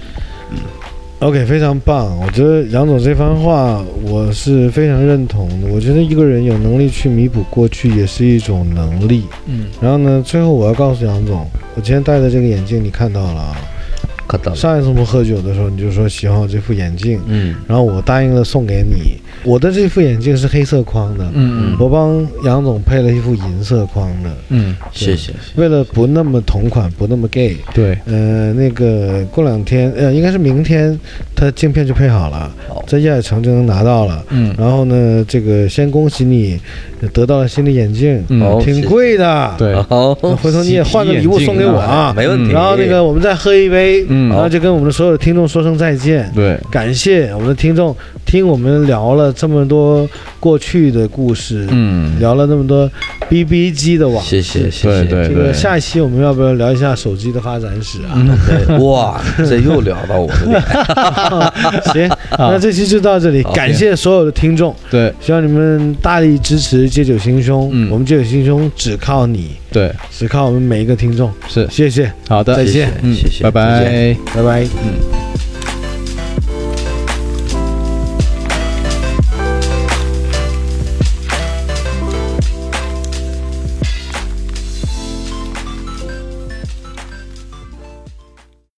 Speaker 2: OK，非常棒！我觉得杨总这番话我是非常认同的。我觉得一个人有能力去弥补过去，也是一种能力。
Speaker 3: 嗯，
Speaker 2: 然后呢，最后我要告诉杨总，我今天戴的这个眼镜你看到了啊。
Speaker 1: 看
Speaker 3: 嗯
Speaker 1: 到了，
Speaker 2: 上一次我们喝酒的时候，你就说喜欢我这副眼镜，
Speaker 1: 嗯
Speaker 2: 然后我答应了送给你。我的这副眼镜是黑色框的，
Speaker 3: 嗯
Speaker 2: 我帮杨总配了一副银色框的，
Speaker 3: 嗯，
Speaker 1: 谢谢，
Speaker 2: 为了不那么同款，不那么 gay。
Speaker 3: 对，
Speaker 2: 呃，那个过两天，呃，应该是明天，他镜片就配好了，
Speaker 1: 好，
Speaker 2: 在亚海城就能拿到了。
Speaker 3: 嗯，
Speaker 2: 然后呢，这个先恭喜你得到了新的眼镜，
Speaker 3: 嗯
Speaker 1: 好
Speaker 2: 挺贵的。，
Speaker 3: 对，
Speaker 1: 好，
Speaker 2: 那回头你也换个礼物送给我啊。
Speaker 1: 没问题。
Speaker 2: 然后那个我们再喝一杯，
Speaker 3: 嗯
Speaker 2: 然后就跟我们的所有的听众说声再见。
Speaker 3: 对，
Speaker 2: 感谢我们的听众听我们聊了这么多过去的故事，
Speaker 3: 嗯，
Speaker 2: 聊了那么多 B B 机的往
Speaker 1: 谢谢，谢
Speaker 2: 事。
Speaker 1: 谢，
Speaker 3: 对对
Speaker 2: 这个下一期我们要不要聊一下手机的发展史啊？
Speaker 1: 对，哇，这又聊到我的点，
Speaker 2: 行，那这期就到这里，
Speaker 1: 好
Speaker 2: 感谢所有的听众，
Speaker 3: 对
Speaker 2: 希望你们大力支持《借酒行凶》，
Speaker 3: 嗯
Speaker 2: 我们《借酒行凶》只靠你，
Speaker 3: 对，
Speaker 2: 只靠我们每一个听众，
Speaker 3: 是
Speaker 2: 谢谢，
Speaker 3: 好的，
Speaker 2: 再见
Speaker 1: 谢
Speaker 3: 嗯
Speaker 1: 谢，谢，
Speaker 3: 拜
Speaker 1: 再见
Speaker 3: 拜。
Speaker 2: 拜拜。
Speaker 3: 嗯。